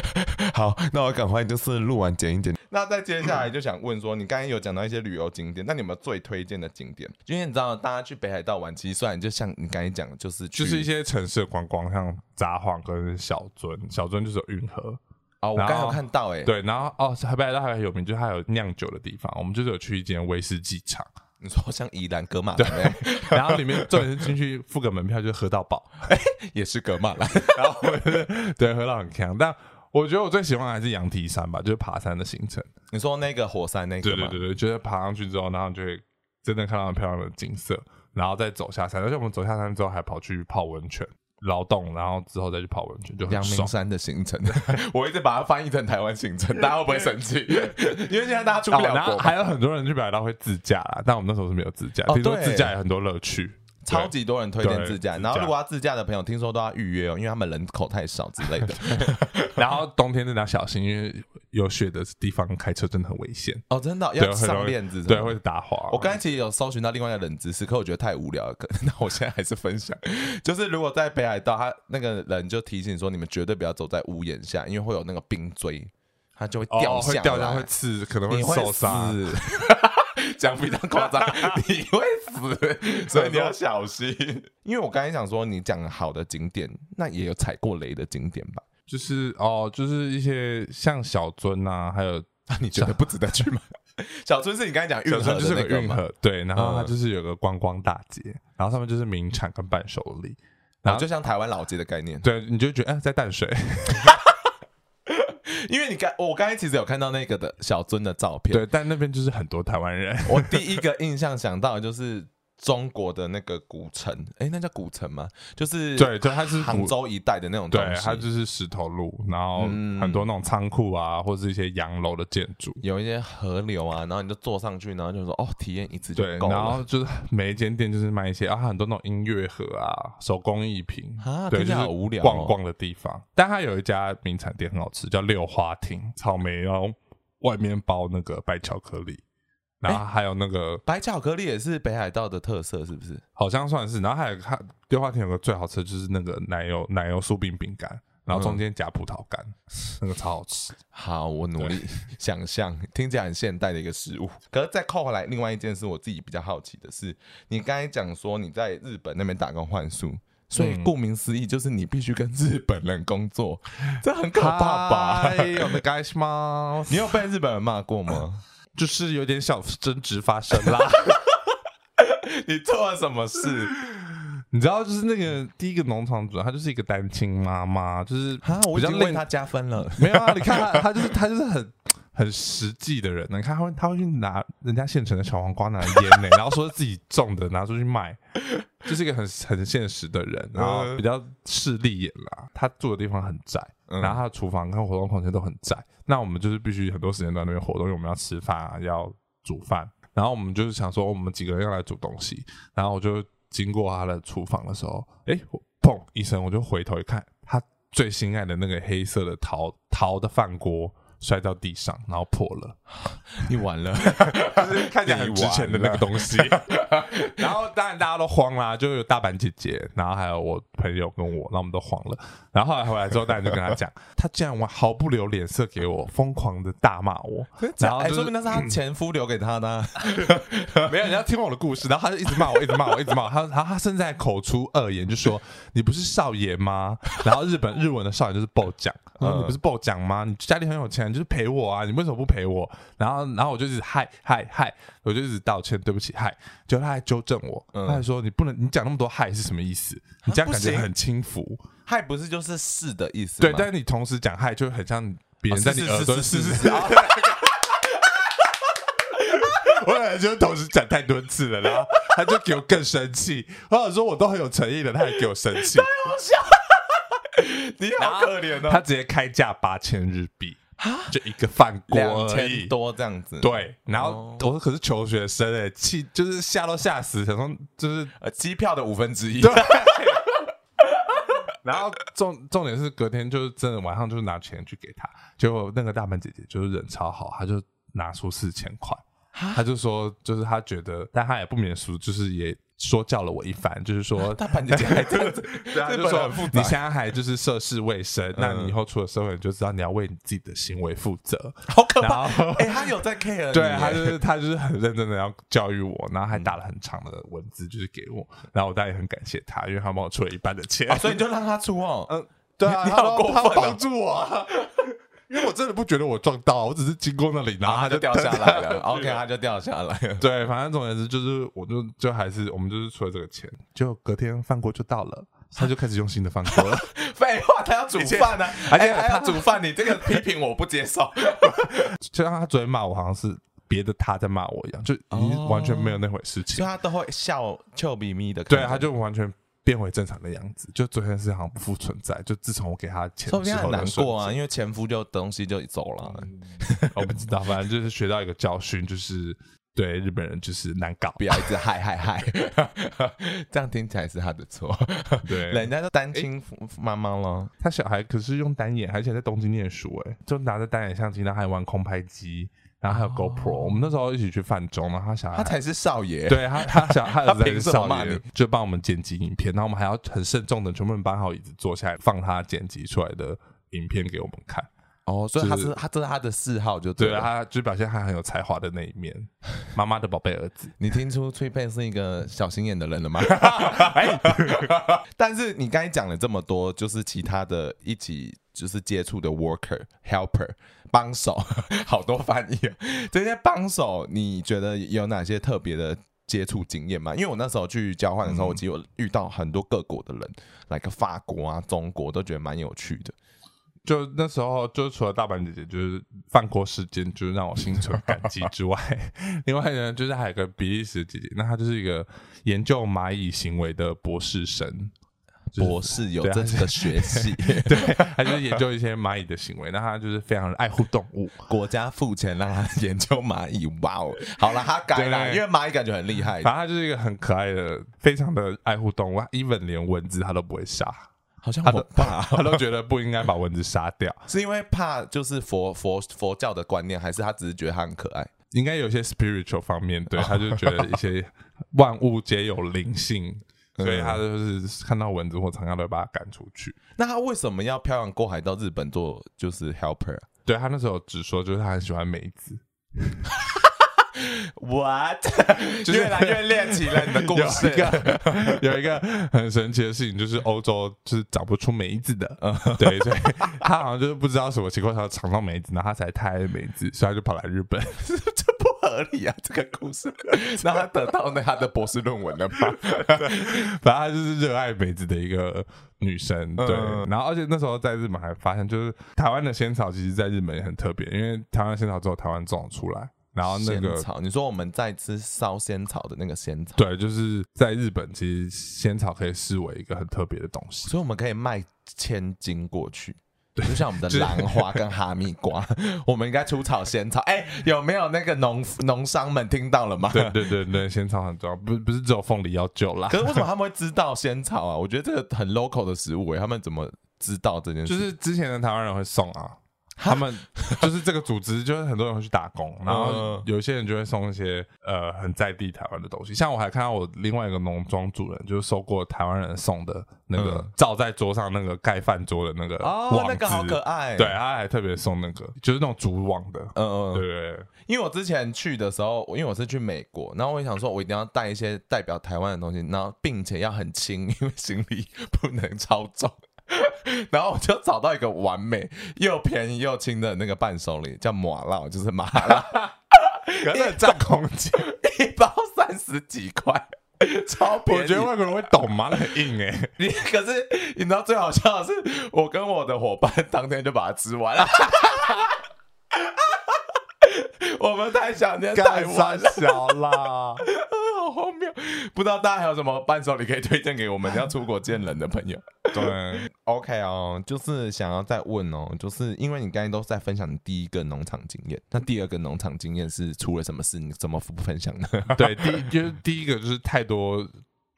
[SPEAKER 2] *laughs* 好，那我赶快就是录完剪一剪。
[SPEAKER 4] 那再接下来就想问说，你刚才有讲到一些旅游景点，那你有没有最推荐的景点？因为你知道，大家去北海道玩，其实虽然就像你刚才讲的，就是去
[SPEAKER 1] 就是一些城市的观光，像札幌跟小樽，小樽就是有运河，
[SPEAKER 4] 哦，我刚才
[SPEAKER 1] 然
[SPEAKER 4] 有
[SPEAKER 1] 后
[SPEAKER 4] 看到哎、欸，，
[SPEAKER 1] 对，然后哦，北海道还有名，就是它有酿酒的地方，我们就是有去一间威士忌厂，
[SPEAKER 4] 你说像宜兰
[SPEAKER 1] *laughs*
[SPEAKER 4] 格马兰、欸，
[SPEAKER 1] 然后里面重点是进去付个门票就喝到饱， *laughs*
[SPEAKER 4] 也是格马兰，
[SPEAKER 1] 然后我就是对喝到很强，但我觉得我最喜欢的还是羊蹄山吧，就是爬山的行程，
[SPEAKER 4] 你说那个火山那个
[SPEAKER 1] 对
[SPEAKER 4] 吗？
[SPEAKER 1] 对对对，就是爬上去之后，然后你就会真的看到很漂亮的景色，然后再走下山，而且我们走下山之后还跑去泡温泉。劳动，然后之后再去泡温泉，就很
[SPEAKER 4] 阳
[SPEAKER 1] 爽哦
[SPEAKER 4] 明。山的行程， *laughs* 我一直把它翻译成台湾行
[SPEAKER 1] *laughs*
[SPEAKER 4] 程，大家会不会生气？ *laughs* 因为现在大家出不
[SPEAKER 1] 哦然
[SPEAKER 4] 了
[SPEAKER 1] 后
[SPEAKER 4] 国嘛，
[SPEAKER 1] 还有很多人去北海道会自驾啦，但我们那时候是没有自驾。
[SPEAKER 4] 哦
[SPEAKER 1] 听说
[SPEAKER 4] 对
[SPEAKER 1] 自驾有很多乐
[SPEAKER 4] *laughs*
[SPEAKER 1] 趣，
[SPEAKER 4] 超级多人推荐自驾。
[SPEAKER 1] 对
[SPEAKER 4] 然后
[SPEAKER 1] 自驾
[SPEAKER 4] 如果要自驾的朋友，听说都要预约哦，因为他们人口太少之
[SPEAKER 1] *laughs*
[SPEAKER 4] 类的。
[SPEAKER 1] 对。然后冬天真的要小心，因为有雪的地方开车真的很危险，
[SPEAKER 4] 哦，真的哦
[SPEAKER 1] 对，
[SPEAKER 4] 要
[SPEAKER 1] 很容
[SPEAKER 4] 上
[SPEAKER 1] 易
[SPEAKER 4] 链子，
[SPEAKER 1] 对，会。打滑。
[SPEAKER 4] 我刚才其实有搜寻到另外一个冷知识，可我觉得太无聊了，可 *laughs* 那我现在还是分享。就是如果在北海道，他那个人就提醒说，你们绝对不要走在屋檐下，因为会有那个冰锥，它就会掉
[SPEAKER 1] 哦会
[SPEAKER 4] 下
[SPEAKER 1] 掉
[SPEAKER 4] 来，
[SPEAKER 1] 下会刺，可能
[SPEAKER 4] 你会 *laughs*
[SPEAKER 1] 受伤。
[SPEAKER 4] 死。讲比较夸张，你会死，所以你要小心。因为我刚才想说，你讲好的景点，那也有踩过雷的景点吧？
[SPEAKER 1] 就是哦，就是一些像小樽啊，还有 *laughs*
[SPEAKER 4] 那你觉得不值得去吗？
[SPEAKER 2] 小村是你刚才讲运
[SPEAKER 1] 小
[SPEAKER 2] 河
[SPEAKER 1] 村就是
[SPEAKER 2] 的那
[SPEAKER 1] 个
[SPEAKER 2] 个
[SPEAKER 1] 运
[SPEAKER 2] 吗？
[SPEAKER 1] 河，对，然后它
[SPEAKER 2] 嗯
[SPEAKER 1] 就是有个观光大街，然后上面就是名产跟伴手礼，
[SPEAKER 2] 然后就像台湾老街的概念，
[SPEAKER 1] 对，你就觉得哎、在淡水，
[SPEAKER 2] 因为你刚我刚才其实有看到那个的小尊的照片，
[SPEAKER 1] 对，但那边就是很多台湾人，
[SPEAKER 2] *laughs* 我第一个印象想到的就是中国的那个古城，哎、那叫古城吗？就是
[SPEAKER 1] 对对它是古
[SPEAKER 2] 杭州一带的那种东
[SPEAKER 1] 对
[SPEAKER 2] 西，，
[SPEAKER 1] 它就是石头路，然后
[SPEAKER 2] 嗯
[SPEAKER 1] 很多那种仓库啊，或是一些洋楼的建筑，
[SPEAKER 2] 有一些河流啊，然后你就坐上去，然后就说哦，体验一次就
[SPEAKER 1] 对，
[SPEAKER 2] 够
[SPEAKER 1] 然后
[SPEAKER 2] 了。
[SPEAKER 1] 就是每一间店就是卖一些啊，很多那种音乐盒啊、手工艺品
[SPEAKER 2] 啊
[SPEAKER 1] 对，
[SPEAKER 2] 听
[SPEAKER 1] 就是
[SPEAKER 2] 起来好无聊哦
[SPEAKER 1] 逛逛的地方。但它有一家名产店很好吃，叫六花亭，草莓，然后外面包那个白巧克力，然后还有那个、
[SPEAKER 2] 白巧克力也是北海道的特色，是不是？
[SPEAKER 1] 好像算是，然后还有它六花亭有个最好吃的就是那个奶油奶油酥饼饼干，然后中间夹葡萄
[SPEAKER 2] 嗯
[SPEAKER 1] 干，那个超好吃。
[SPEAKER 2] 好，我努力想象，听起来很现代的一个食物。 *laughs* 可是再扣回来，另外一件事我自己比较好奇的是，你刚才讲说你在日本那边打工换宿，所以
[SPEAKER 1] 嗯
[SPEAKER 2] 顾名思义就是你必须跟日本人工 *laughs* 作，这很可怕吧？
[SPEAKER 1] 我的 guys 吗？
[SPEAKER 2] *laughs* 你有被日本人骂过吗？
[SPEAKER 1] *laughs* 就是有点小争执发生啦。
[SPEAKER 2] *laughs* 你做了什么事？ *laughs*
[SPEAKER 1] 你知道，就是那个第一个农场主，她就是一个单亲妈妈，就是
[SPEAKER 2] 啊，我
[SPEAKER 1] 比
[SPEAKER 2] 已
[SPEAKER 1] 较
[SPEAKER 2] 经为
[SPEAKER 1] 令
[SPEAKER 2] 他加分了。
[SPEAKER 1] 没有啊。你看她，她就是她就是很很实际的人。啊你看她会她会去拿人家现成的小黄瓜拿来腌呢、然后说自己种的拿出去卖，就是一个很 *laughs* 很现实的人，然后比较势利眼啦。她住的地方很窄，
[SPEAKER 2] 嗯
[SPEAKER 1] 然后她的厨房跟活动空间都很窄。那我们就是必须很多时间都在那边活动，因为我们要吃饭啊，要煮饭。然后我们就是想说，哦我们几个人要来煮东西，然后我就经过他的厨房的时候，诶，我砰一声，我就回头一看，他最心爱的那个黑色的陶陶的饭锅摔到地上，然后破了，
[SPEAKER 2] *laughs* 你完 *laughs* 了，
[SPEAKER 1] 就是看起来很值钱的那个东西。 *laughs* 然后当然大家都慌啦，就有大阪姐姐，然后还有我朋友跟我，那我们都慌了。然后后来回来之后，当然就跟他讲，他竟然毫不留脸色给我，疯狂的大骂我，然后
[SPEAKER 2] 哎，
[SPEAKER 1] 就
[SPEAKER 2] 说
[SPEAKER 1] 是
[SPEAKER 2] 明那是他前夫留给他的啊。 *laughs*
[SPEAKER 1] 没有，人家听我的故事，然后他就一直骂我，一直骂我，一直骂
[SPEAKER 2] *laughs*
[SPEAKER 1] 我。他他他甚至还口出恶言，就说你不是少爷吗？ *laughs* 然后日本日文的少爷就是爆讲，然
[SPEAKER 2] 嗯
[SPEAKER 1] 后你不是爆讲吗？你家里很有钱，你就是陪我啊，你为什么不陪我？然后然后我就一直嗨嗨嗨，我就一直道歉，对不起嗨。结果他还纠正我，
[SPEAKER 2] 嗯啊
[SPEAKER 1] 他还说你不能你讲那么多嗨是什么意思？你这样感
[SPEAKER 2] 不
[SPEAKER 1] 觉
[SPEAKER 2] 行
[SPEAKER 1] 很轻浮，
[SPEAKER 2] 嗨，不是就是是的意思吗？
[SPEAKER 1] 对，但是你同时讲嗨就很像别人
[SPEAKER 2] 哦
[SPEAKER 1] 在
[SPEAKER 2] 是
[SPEAKER 1] 你
[SPEAKER 2] 是
[SPEAKER 1] 耳朵
[SPEAKER 2] 是是是
[SPEAKER 1] *laughs*
[SPEAKER 2] 是
[SPEAKER 1] 是。我本来就同时讲太多次了，然后他就给我更生气。我想说我都很有诚意了，他还给我生气，
[SPEAKER 2] *laughs* 你好可怜哦，
[SPEAKER 1] 他直接开价八千日币，就一个饭锅
[SPEAKER 2] 啊两
[SPEAKER 1] 而
[SPEAKER 2] 千
[SPEAKER 1] 已。
[SPEAKER 2] 多这样子。
[SPEAKER 1] 对，然后
[SPEAKER 2] 哦
[SPEAKER 1] 我说可是求学生哎、气就是吓都吓死，想说就是
[SPEAKER 2] 呃，机票的五分之一。
[SPEAKER 1] 对。然后重重点是隔天就是真的晚上就是拿钱去给他，结果那个大门姐姐就是人超好，她就拿出四千块，她就说就是她觉得，但她也不免俗，就是也说教了我一番，就是说
[SPEAKER 2] 啊大阪姐姐还这样子，
[SPEAKER 1] *laughs* 对啊，
[SPEAKER 2] 日
[SPEAKER 1] 就
[SPEAKER 2] 本人
[SPEAKER 1] 说
[SPEAKER 2] 很复
[SPEAKER 1] 你
[SPEAKER 2] 杂。嗯
[SPEAKER 1] 现在还就是涉世未深，那你以后出了社会，你就知道你要为你自己的行为负责。
[SPEAKER 2] 好可怕
[SPEAKER 1] 然 *laughs* 后！
[SPEAKER 2] 哎、他有在 care 你
[SPEAKER 1] 对
[SPEAKER 2] 耶，
[SPEAKER 1] 他就是他就是很认真的要教育我，然后
[SPEAKER 2] 嗯
[SPEAKER 1] 还打了很长的文字就是给我，然后我当然也很感谢他，因为他帮我出了一半的钱，
[SPEAKER 2] 啊，所以你就让他出哦。
[SPEAKER 1] 嗯，对啊，
[SPEAKER 2] 你你
[SPEAKER 1] 他
[SPEAKER 2] 好过
[SPEAKER 1] 他
[SPEAKER 2] 分哦
[SPEAKER 1] 帮助我啊， *laughs* 因为我真的不觉得我撞到，我只是经过那里，然后
[SPEAKER 2] *laughs* 他
[SPEAKER 1] 他
[SPEAKER 2] 就掉下来了。OK，他就掉下来了。
[SPEAKER 1] 对，反正总而言之就是，我就就还是我们就是出了这个钱，就隔天饭锅就到了，他就开始用新的饭锅
[SPEAKER 2] *laughs*
[SPEAKER 1] 了。
[SPEAKER 2] 废话，他要煮饭呢、啊，
[SPEAKER 1] 而且
[SPEAKER 2] 哎他煮饭，你这个批评我不接受。
[SPEAKER 1] 就像他昨天骂我，好像是别的他在骂我一样，就已
[SPEAKER 2] 哦
[SPEAKER 1] 经完全没有那回事
[SPEAKER 2] *laughs* 所
[SPEAKER 1] 情。
[SPEAKER 2] 以他都会笑臭咪咪的。
[SPEAKER 1] 对，他就完全变回正常的样子。就昨天是好像不复存在，就自从我给他钱
[SPEAKER 2] 说不定
[SPEAKER 1] 之
[SPEAKER 2] 他
[SPEAKER 1] 后
[SPEAKER 2] 很
[SPEAKER 1] 的
[SPEAKER 2] 难
[SPEAKER 1] 瞬
[SPEAKER 2] 过啊，
[SPEAKER 1] 间，
[SPEAKER 2] 因为前夫就东西就走了。
[SPEAKER 1] *laughs* 我不知道，反正就是学到一个教训，就是对日本人就是难搞
[SPEAKER 2] 不。要一直嗨嗨嗨， *laughs* 这样听起来是他的错。人
[SPEAKER 1] 对，
[SPEAKER 2] 家都单亲夫妈妈了，
[SPEAKER 1] 他小孩可是用单眼，而且在东京念书，哎，就拿着单眼相机，然后还玩空拍机，然后还有 GoPro。我们那时候一起去泛中，然后他小孩
[SPEAKER 2] 哦他才是少爷。，
[SPEAKER 1] 对
[SPEAKER 2] *laughs*
[SPEAKER 1] 他，他想他儿子
[SPEAKER 2] 他
[SPEAKER 1] 在
[SPEAKER 2] 凭什么
[SPEAKER 1] 少
[SPEAKER 2] 骂
[SPEAKER 1] 爷
[SPEAKER 2] 你，
[SPEAKER 1] 就帮我们剪辑影片，然后我们还要很慎重的全部人搬好椅子坐下来，放他剪辑出来的影片给我们看。
[SPEAKER 2] 哦，所以他
[SPEAKER 1] 就是
[SPEAKER 2] 是他这是他的嗜好，就
[SPEAKER 1] 对
[SPEAKER 2] 了。
[SPEAKER 1] 他就表现他很有才华的那一面，妈妈的宝贝儿子。
[SPEAKER 2] 你听出翠佩是一个小心眼的人
[SPEAKER 1] *laughs*
[SPEAKER 2] 了吗？
[SPEAKER 1] 哎
[SPEAKER 2] *laughs* 但是你刚才讲了这么多，就是其他的一起就是接触的 worker helper 帮手， *laughs* 好多翻译哦。这些帮手，你觉得有哪些特别的接触经验吗？因为我那时候去交换的
[SPEAKER 1] 嗯
[SPEAKER 2] 时候，我其实有遇到很多各国的人，来个法国啊、中国，都觉得蛮有趣的。
[SPEAKER 1] 就那时候，就除了大阪姐姐就是饭锅事件，就是让我心存感激之外，另外呢，就是还有个比利时姐姐，那她就是一个研究蚂蚁行为的博士生，就是
[SPEAKER 2] 博士有
[SPEAKER 1] 对啊
[SPEAKER 2] 这个学系，
[SPEAKER 1] *laughs* 对，啊她就是研究一些蚂蚁的行为，那她就是非常爱护动物，
[SPEAKER 2] *laughs* 国家付钱让他研究蚂蚁，哇哦！好了，他改了，
[SPEAKER 1] 对
[SPEAKER 2] 因为蚂蚁感觉很厉害，
[SPEAKER 1] 反正她就是一个很可爱的，非常的爱护动物她，even 连蚊子她都不会杀，
[SPEAKER 2] 好像
[SPEAKER 1] 她
[SPEAKER 2] 我
[SPEAKER 1] 都
[SPEAKER 2] 爸 *laughs*
[SPEAKER 1] 她都觉得不应该把蚊子杀掉，
[SPEAKER 2] 是因为怕就是佛佛佛教的观念，还是他只是觉得他很可爱？
[SPEAKER 1] 应该有一些 spiritual 方面，对，她就觉得一些万物皆有灵性。所以她就是看到蚊子或苍蝇都会把它赶出去。
[SPEAKER 2] 那他为什么要漂洋过海到日本做就是 helper 啊
[SPEAKER 1] 对他那时候只说，就是他很喜欢梅子，
[SPEAKER 2] *laughs* ？What？
[SPEAKER 1] 是
[SPEAKER 2] 越来越猎奇了，你的故
[SPEAKER 1] 有
[SPEAKER 2] 事
[SPEAKER 1] 一。个有一个很神奇的事情，就是欧洲就是长不出梅子的，对，所以他好像就是不知道什么情况下尝到梅子，然后他才太爱梅子，所以他就跑来日本。
[SPEAKER 2] *laughs* 这不合理啊！这个故 *laughs* 事，那他得到那他的博士论文了吗？
[SPEAKER 1] *laughs* 反正她就是热爱梅子的一个女生，对。
[SPEAKER 2] 嗯
[SPEAKER 1] 然后而且那时候在日本还发现，就是台湾的仙草其实在日本也很特别，因为台湾仙草只有台湾种得出来，然后那个
[SPEAKER 2] 仙草，你说我们在吃烧仙草的那个仙草，
[SPEAKER 1] 对，就是在日本其实仙草可以视为一个很特别的东西。
[SPEAKER 2] 所以我们可以卖千金过去。就像我们的兰花跟哈密瓜， *laughs* 我们应该除草仙草。哎、有没有那个农农商们听到了吗？
[SPEAKER 1] 对对对对，仙草很重要，不不是只有凤梨要救啦
[SPEAKER 2] 可，是为什么他们会知道仙草啊？我觉得这个很 local 的食物、哎，他们怎么知道这件事？
[SPEAKER 1] 就是之前的台湾人会送啊，他们 *laughs* 就是这个组织，就是很多人会去打工，然后
[SPEAKER 2] 嗯
[SPEAKER 1] 有些人就会送一些呃很在地台湾的东西，像我还看到我另外一个农庄主人就是收过台湾人送的那个
[SPEAKER 2] 嗯
[SPEAKER 1] 罩在桌上那个盖饭桌的那个
[SPEAKER 2] 哦，那
[SPEAKER 1] 网
[SPEAKER 2] 个好
[SPEAKER 1] 子
[SPEAKER 2] 可爱。
[SPEAKER 1] 对，他还特别送那个，就是那种竹网的，
[SPEAKER 2] 嗯嗯，
[SPEAKER 1] 对对对，
[SPEAKER 2] 因为我之前去的时候，因为我是去美国，然后我也想说，我一定要带一些代表台湾的东西，然后并且要很轻，因为行李不能超重。 *laughs* 然后我就找到一个完美又便宜又轻的那个伴手礼，叫麻辣，就是麻
[SPEAKER 1] *laughs*
[SPEAKER 2] 辣，
[SPEAKER 1] 可是占空间，
[SPEAKER 2] 一包三十几块， *laughs* 超 *laughs* 便宜。
[SPEAKER 1] 我觉得外国人会懂吗？那很硬哎、
[SPEAKER 2] 你可是你知道最好笑的是，我跟我的伙伴当天就把它吃完了。 *laughs* 我们 *laughs* 太想念台
[SPEAKER 1] 干三
[SPEAKER 2] 湾了，
[SPEAKER 1] 小啦。
[SPEAKER 2] *laughs* 好荒谬！不知道大家还有什么伴手礼可以推荐给我们要出国见人的朋友
[SPEAKER 1] 对，
[SPEAKER 2] *laughs* ？OK 哦，就是想要再问哦，就是因为你刚才都在分享你第一个农场经验，那第二个农场经验是出了什么事？你怎么不分享呢？ *laughs*
[SPEAKER 1] 对，第一就是第一个就是太多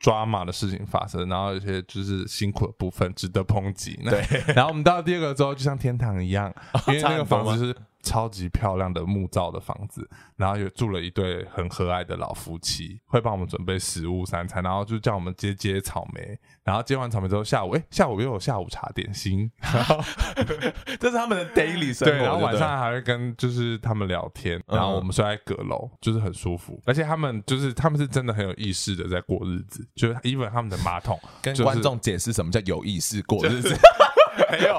[SPEAKER 1] drama 的事情发生，然后有些就是辛苦的部分值得抨击。对， *laughs* 然后我们到第二个之后，就像天堂一样，因为那个房子是超级漂亮的木造的房子，然后有住了一对很和蔼的老夫妻，会帮我们准备食物三餐，然后就叫我们接接草莓，然后接完草莓之后，下午哎、下午又有下午茶点心，
[SPEAKER 2] 这是他们的 daily 生活，
[SPEAKER 1] 对，然后
[SPEAKER 2] 就
[SPEAKER 1] 晚
[SPEAKER 2] 对了嗯
[SPEAKER 1] 上还会跟就是他们聊天，然后我们睡在阁楼，就是很舒服，而且他们就是他们是真的很有意识的在过日子，就是 even 他们的马桶
[SPEAKER 2] 跟
[SPEAKER 1] 就是
[SPEAKER 2] 观众解释什么叫有意识过日 *laughs* 子。
[SPEAKER 1] 很有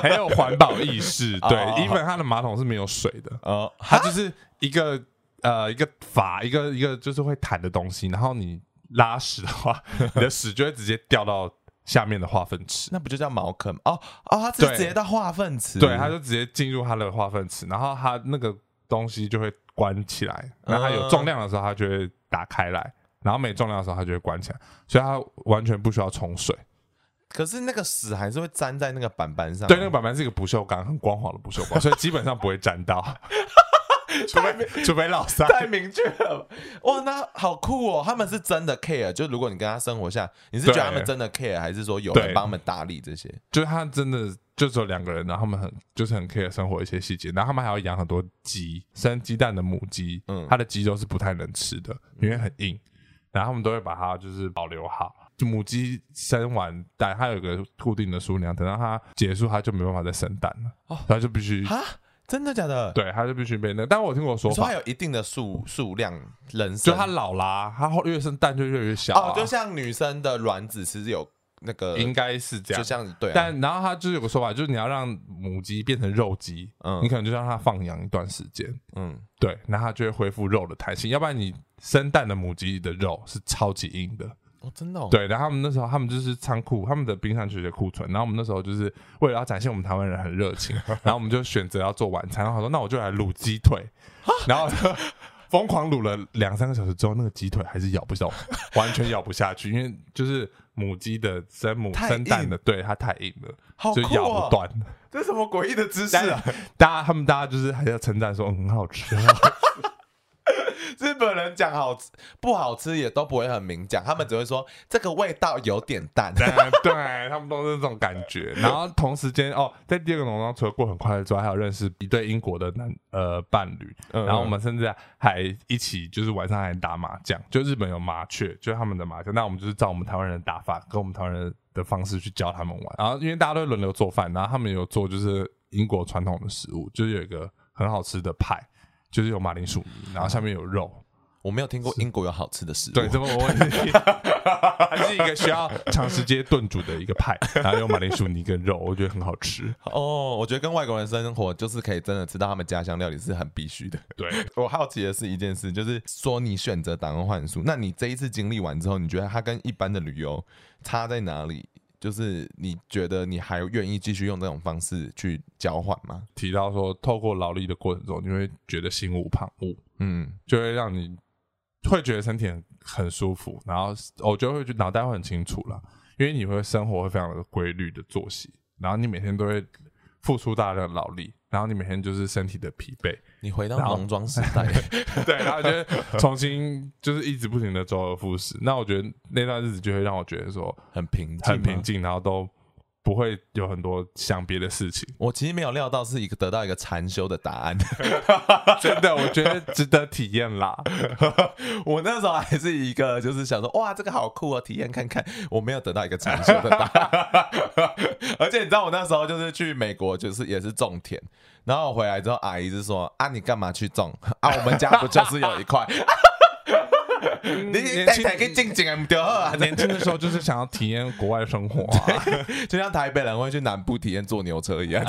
[SPEAKER 1] 很有环保意
[SPEAKER 2] *laughs*
[SPEAKER 1] 识，对
[SPEAKER 2] 哦
[SPEAKER 1] ，even 他的马桶是没有水的，
[SPEAKER 2] *laughs* 哦，
[SPEAKER 1] 它就是一个呃一个阀，一个一个就是会弹的东西，然后你拉屎的
[SPEAKER 2] *laughs*
[SPEAKER 1] 话，你的屎就会直接掉到下面的化粪池。
[SPEAKER 2] 那不就叫毛坑吗哦哦，它是
[SPEAKER 1] 对
[SPEAKER 2] 直接到化粪池，
[SPEAKER 1] 对，他就直接进入他的化粪池，然后他那个东西就会关起来。那他有重量的时候，他就会打开来；然后没重量的时候，他就会关起来。所以他完全不需要冲水。
[SPEAKER 2] 可是那个屎还是会粘在那个板板上，啊
[SPEAKER 1] 对，那个板板是一个不锈钢，很光滑的不锈钢，所以基本上不会沾到，除非除非老三。
[SPEAKER 2] *laughs* 太明确了吧，哇，那好酷哦！他们是真的 care，就如果你跟他生活下，你是觉得
[SPEAKER 1] 对
[SPEAKER 2] 他们真的 care，还是说有
[SPEAKER 1] 对
[SPEAKER 2] 人帮他们打理这些？
[SPEAKER 1] 就是他真的就只有两个人，然后他们很就是很 care 生活一些细节，然后他们还要养很多鸡，生鸡蛋的母鸡，
[SPEAKER 2] 嗯
[SPEAKER 1] 它的鸡肉是不太能吃的，因为很硬，然后他们都会把它就是保留好。就母鸡生完蛋，它有一个固定的数量，等到它结束，它就没办法再生蛋了，
[SPEAKER 2] 哦
[SPEAKER 1] 它就必须
[SPEAKER 2] 哈，真的假的？，
[SPEAKER 1] 对，它就必须被那。但我听过说
[SPEAKER 2] 你说它
[SPEAKER 1] 法，
[SPEAKER 2] 有一定的数数量人
[SPEAKER 1] 就
[SPEAKER 2] 生，哦
[SPEAKER 1] 它老啦，它后越生蛋就越来越小、啊，
[SPEAKER 2] 哦，就像女生的卵子其实有那个，
[SPEAKER 1] 应该是这样
[SPEAKER 2] 就。像对啊，
[SPEAKER 1] 但然后他就是有个说法，就是你要让母鸡变成肉鸡，
[SPEAKER 2] 嗯
[SPEAKER 1] 你可能就让它放养一段时间，
[SPEAKER 2] 嗯
[SPEAKER 1] 对，然后它就会恢复肉的弹性。要不然你生蛋的母鸡的肉是超级硬的，
[SPEAKER 2] 哦真的哦，
[SPEAKER 1] 对，然后他们那时候他们就是仓库，他们的冰箱取的库存。然后我们那时候就是为了要展现我们台湾人很热
[SPEAKER 2] *laughs*
[SPEAKER 1] 情，然后我们就选择要做晚餐。然后我说那我就来卤鸡腿，
[SPEAKER 2] 啊
[SPEAKER 1] 然后疯狂卤了两三个小时之后，那个鸡腿还是咬不动，完全咬不下去，因为就是母鸡的生母
[SPEAKER 2] 太
[SPEAKER 1] 生蛋
[SPEAKER 2] 硬
[SPEAKER 1] 的，对它太硬了，
[SPEAKER 2] 好
[SPEAKER 1] 就
[SPEAKER 2] 酷
[SPEAKER 1] 咬
[SPEAKER 2] 哦
[SPEAKER 1] 不断。
[SPEAKER 2] 这什么诡异的姿势
[SPEAKER 1] 但是
[SPEAKER 2] 啊！
[SPEAKER 1] 大家他们大家就是还要称赞说嗯很好吃，很好吃
[SPEAKER 2] 日本人讲好吃不好吃也都不会很明讲，他们只会说这个味道有点淡。
[SPEAKER 1] 对他们都是这种感觉。然后同时间哦，在第二个农庄除了过很快乐之外，还有认识一对英国的男呃伴侣，
[SPEAKER 2] 嗯
[SPEAKER 1] 然后我们甚至还一起就是晚上还打麻将，就日本有麻雀，就是他们的麻将，那我们就是照我们台湾人的打法，跟我们台湾人的方式去教他们玩。然后因为大家都会轮流做饭，然后他们有做就是英国传统的食物，就是有一个很好吃的派。就是有马铃薯泥，然后下面有肉，
[SPEAKER 2] 我没有听过英国有好吃的食物，
[SPEAKER 1] 对，这么我问题，它是一个需要长时间炖煮的一个 *laughs* 派，然后有马铃薯泥跟肉，我觉得很好吃。
[SPEAKER 2] 哦，我觉得跟外国人生活就是可以真的吃到他们家乡料理是很必须的。 *laughs*
[SPEAKER 1] 对，
[SPEAKER 2] 我好奇的是一件事，就是说你选择打工换宿，那你这一次经历完之后，你觉得它跟一般的旅游差在哪里？就是你觉得你还愿意继续用这种方式去交换吗？
[SPEAKER 1] 提到说，透过劳力的过程中，你会觉得心无旁骛，
[SPEAKER 2] 嗯
[SPEAKER 1] 就会让你会觉得身体很很舒服，然后我就会觉得脑袋会很清楚了，因为你会生活会非常的规律的作息，然后你每天都会付出大量的劳力，然后你每天就是身体的疲惫，
[SPEAKER 2] 你回到
[SPEAKER 1] 然后
[SPEAKER 2] 农庄时代，
[SPEAKER 1] *laughs* 对，然后就会重新就是一直不停的周而复始。那我觉得那段日子就会让我觉得说
[SPEAKER 2] 很平静
[SPEAKER 1] 很
[SPEAKER 2] 吗
[SPEAKER 1] 平静，然后都不会有很多想别的事 *laughs* 情。
[SPEAKER 2] 我其实没有料到是一个得到一个禅修的答案。
[SPEAKER 1] 真的，我觉得值得体验啦。
[SPEAKER 2] 我那时候还是一个就是想说，哇，这个好酷哦，体验看看。我没有得到一个禅修的答案。而且你知道我那时候就是去美国，就是也是种田，然后我回来之后，阿姨就说啊，你干嘛去种啊？我们家不就是有一块？你
[SPEAKER 1] 年
[SPEAKER 2] 太
[SPEAKER 1] 轻
[SPEAKER 2] 太跟静静不对啊，
[SPEAKER 1] 年轻的时候就是想要体验国外生活、啊，
[SPEAKER 2] 就像台北人会去南部体验坐牛车一样，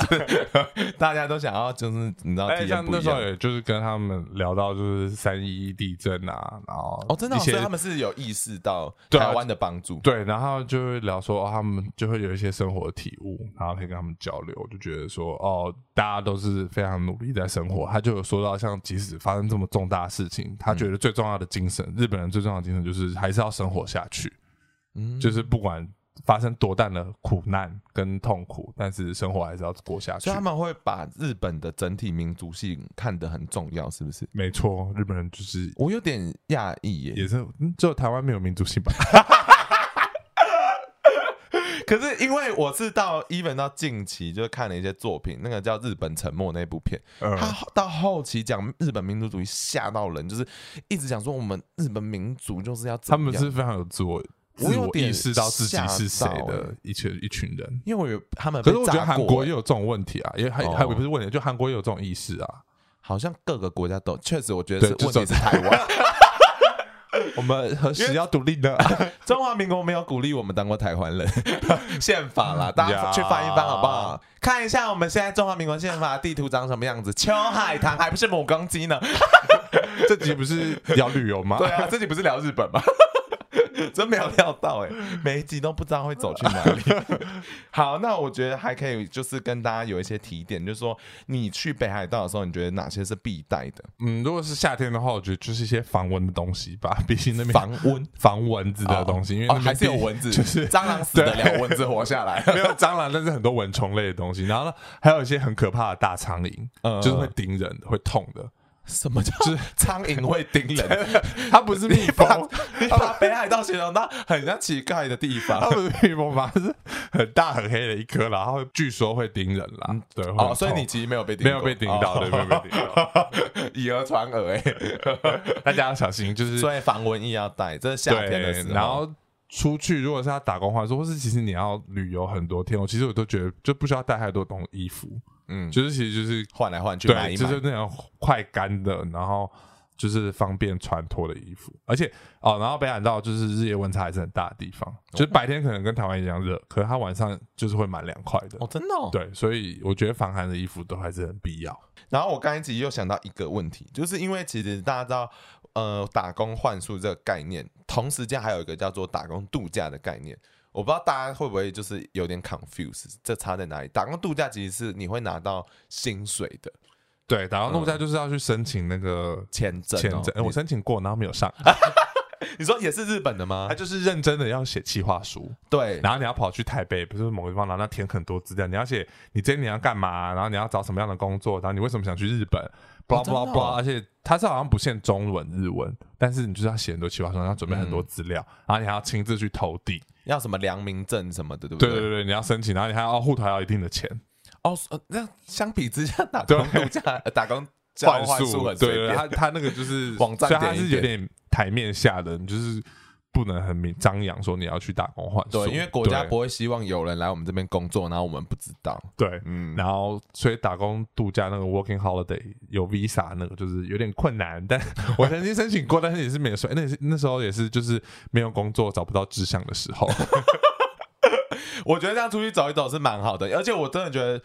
[SPEAKER 2] 大家都想要就是你知
[SPEAKER 1] *laughs*
[SPEAKER 2] 道
[SPEAKER 1] 哎，
[SPEAKER 2] 体验
[SPEAKER 1] 像
[SPEAKER 2] 不
[SPEAKER 1] 那
[SPEAKER 2] 一
[SPEAKER 1] 时候
[SPEAKER 2] 样。
[SPEAKER 1] 也就是跟他们聊到就是三一一地震啊，然后
[SPEAKER 2] 哦，真的哦、
[SPEAKER 1] 一
[SPEAKER 2] 所
[SPEAKER 1] 些
[SPEAKER 2] 以他们是有意识到
[SPEAKER 1] 对啊
[SPEAKER 2] 台湾的帮助。
[SPEAKER 1] 对，然后就会聊说、哦他们就会有一些生活的体悟，然后可以跟他们交流，就觉得说哦，大家都是非常努力在生活。他就有说到，像即使发生这么重大的事情，他觉得最重要的精神，日本人最重要的精神就是还是要生活下去，
[SPEAKER 2] 嗯
[SPEAKER 1] 就是不管发生多大的苦难跟痛苦，但是生活还是要过下去
[SPEAKER 2] 所以。他们会把日本的整体民族性看得很重要，是不是？
[SPEAKER 1] 没错，日本人就是
[SPEAKER 2] 我有点讶异耶，
[SPEAKER 1] 也是，嗯只有台湾没有民族
[SPEAKER 2] *laughs*
[SPEAKER 1] 性吧？
[SPEAKER 2] 可是因为我是到 even 到近期就是看了一些作品，那个叫《日本沉默》那部片，
[SPEAKER 1] 嗯
[SPEAKER 2] 他到后期讲日本民族主义吓到人，就是一直讲说我们日本民族就是要怎
[SPEAKER 1] 他
[SPEAKER 2] 么样
[SPEAKER 1] 们是非常有自我。
[SPEAKER 2] 我
[SPEAKER 1] 自
[SPEAKER 2] 有
[SPEAKER 1] 我
[SPEAKER 2] 点
[SPEAKER 1] 意识到自己是谁
[SPEAKER 2] 吓到欸
[SPEAKER 1] 的一群一群人，
[SPEAKER 2] 因为我有他们
[SPEAKER 1] 可
[SPEAKER 2] 被
[SPEAKER 1] 是我觉得
[SPEAKER 2] 炸
[SPEAKER 1] 韩
[SPEAKER 2] 过
[SPEAKER 1] 国也
[SPEAKER 2] 耶，
[SPEAKER 1] 有这种问题啊，也还
[SPEAKER 2] 哦
[SPEAKER 1] 还不是问题，就韩国也有这种意识啊。
[SPEAKER 2] 好像各个国家都确实，我觉得是
[SPEAKER 1] 对
[SPEAKER 2] 问
[SPEAKER 1] 就
[SPEAKER 2] 题是台湾。
[SPEAKER 1] *laughs* 我们何时要独立呢？
[SPEAKER 2] 中华民国没有鼓励我们当过台湾人， *laughs* 宪法啦，大家
[SPEAKER 1] 嗯呀
[SPEAKER 2] 去翻一翻好不好？看一下我们现在中华民国宪法地图长什么样子，秋海棠还不是母公
[SPEAKER 1] *laughs*
[SPEAKER 2] 鸡呢？
[SPEAKER 1] 这集不是聊旅游吗
[SPEAKER 2] *laughs* 对？啊，自己不是聊日本吗？ *laughs* 真没有料到哎、每一集都不知道会走去哪里。
[SPEAKER 1] *laughs*
[SPEAKER 2] 好，那我觉得还可以，就是跟大家有一些提点，就是说你去北海道的时候，你觉得哪些是必带的？
[SPEAKER 1] 嗯，如果是夏天的话，我觉得就是一些防蚊的东西吧， *laughs* 毕竟那边
[SPEAKER 2] 防蚊
[SPEAKER 1] 防蚊子的东西，因为那
[SPEAKER 2] 哦，
[SPEAKER 1] 边
[SPEAKER 2] 还是有
[SPEAKER 1] 毕
[SPEAKER 2] 蚊
[SPEAKER 1] *laughs*
[SPEAKER 2] 子，
[SPEAKER 1] 就是
[SPEAKER 2] *laughs* 蟑螂死得了，蚊子活下来。
[SPEAKER 1] *laughs* 没有蟑螂，但是很多蚊虫类的东西，然后呢，还有一些很可怕的大苍蝇，
[SPEAKER 2] 嗯
[SPEAKER 1] 就是会叮人、会痛的。
[SPEAKER 2] 什么叫就是苍蝇会叮
[SPEAKER 1] *laughs*
[SPEAKER 2] 人？
[SPEAKER 1] 它不是蜜
[SPEAKER 2] 你
[SPEAKER 1] 蜂，
[SPEAKER 2] 把你把北海道形容到很像乞丐的地
[SPEAKER 1] *laughs*
[SPEAKER 2] 方
[SPEAKER 1] 它不是蜜蜂吧？它是很大很黑的一颗，然后据说会叮人啦。对，会很
[SPEAKER 2] 哦，所以
[SPEAKER 1] 痛
[SPEAKER 2] 你其实没有被叮
[SPEAKER 1] 没
[SPEAKER 2] 过，哦
[SPEAKER 1] 有被叮到，对，没有
[SPEAKER 2] *laughs*
[SPEAKER 1] 被叮到。 *laughs*
[SPEAKER 2] 被以讹传讹哎。
[SPEAKER 1] 大家要小心，就是
[SPEAKER 2] 所以防蚊液要带，这是夏
[SPEAKER 1] 对，
[SPEAKER 2] 天的时候。
[SPEAKER 1] 然后出去，如果是要打工的话，或是其实你要旅游很多天，我其实我都觉得就不需要带太多东衣服，
[SPEAKER 2] 嗯，
[SPEAKER 1] 就是其实就是
[SPEAKER 2] 换来换去买
[SPEAKER 1] 对，
[SPEAKER 2] 一
[SPEAKER 1] 就
[SPEAKER 2] 买
[SPEAKER 1] 是。那种快干的，然后就是方便穿脱的衣服，而且哦，然后北海道就是日夜温差还是很大的地方，就是白天可能跟台湾一样热，可是它晚上就是会蛮凉快的。
[SPEAKER 2] 哦，真的、哦。
[SPEAKER 1] 对，所以我觉得防寒的衣服都还是很必要。
[SPEAKER 2] 然后我刚才其实又想到一个问题，就是因为其实大家知道，呃，打工换宿这个概念，同时间还有一个叫做打工度假的概念。我不知道大家会不会就是有点 confuse，这差在哪里？打工度假其实是你会拿到薪水
[SPEAKER 1] 哦
[SPEAKER 2] 的
[SPEAKER 1] 对，打工度假就是要去申请那个
[SPEAKER 2] 签证、哦，
[SPEAKER 1] 签证，哎我申请过，然后没有上，
[SPEAKER 2] 你说也是日本的吗
[SPEAKER 1] 他？啊就是认真的要写企划书，
[SPEAKER 2] 对，
[SPEAKER 1] 然后你要跑去台北，不是某个地方，然后要填很多资料，你要写你今天你要干嘛，然后你要找什么样的工作，然后你为什么想去日本，巴拉巴拉巴
[SPEAKER 2] 真的哦
[SPEAKER 1] 拉，而且它是好像不限中文、日文，但是你就是要写很多企划书，然后准备很多资料，然后你还要亲自去投递，
[SPEAKER 2] 要什么良民证什么的，对不
[SPEAKER 1] 对对对，你要申请，然后你还要户头还要一定的钱，
[SPEAKER 2] 哦，呃那相比之下，打工度假、呃 *laughs* 打工交换
[SPEAKER 1] 宿，对
[SPEAKER 2] 很随
[SPEAKER 1] 对，
[SPEAKER 2] 便
[SPEAKER 1] 他他那个就是
[SPEAKER 2] *laughs* 网站
[SPEAKER 1] 虽然它
[SPEAKER 2] 点一
[SPEAKER 1] 是有点台面下的，你就是不能很明张扬说你要去打工换宿，
[SPEAKER 2] 对，因为国家
[SPEAKER 1] 对
[SPEAKER 2] 不会希望有人来我们这边工作，然后我们不知道。
[SPEAKER 1] 对，
[SPEAKER 2] 嗯，
[SPEAKER 1] 然后所以打工度假那个 working holiday 有 visa 那个就是有点困难，
[SPEAKER 2] *laughs*
[SPEAKER 1] 但我曾经申请过，但是也是没有说，哎那也是那时候也是就是没有工作找不到志向的时候，
[SPEAKER 2] 我觉得这样出去走一走是蛮好的，而且我真的觉得，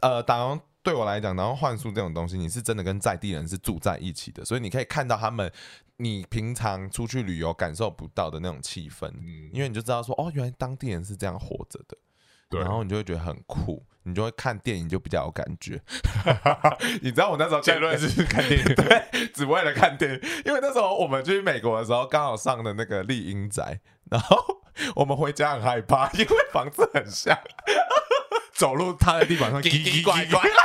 [SPEAKER 2] 呃，打工对我来讲，然后换宿这种东西，你是真的跟在地人是住在一起的，所以你可以看到他们你平常出去旅游感受不到的那种气氛，因为你就知道说，哦，原来当地人是这样活着的，
[SPEAKER 1] 对
[SPEAKER 2] 然后你就会觉得很酷。你就会看电影，就比较有感觉。
[SPEAKER 1] *laughs*
[SPEAKER 2] 你知道我那时候
[SPEAKER 1] 结论是看电影，
[SPEAKER 2] 对，只为了看电影。因为那时候我们去美国的时候，刚好上的那个丽英宅，然后我们回家很害怕，因为房子很像，
[SPEAKER 1] *laughs* 走路踏在地板上，叽
[SPEAKER 2] 奇
[SPEAKER 1] 叽
[SPEAKER 2] 奇
[SPEAKER 1] 怪
[SPEAKER 2] 怪
[SPEAKER 1] 怪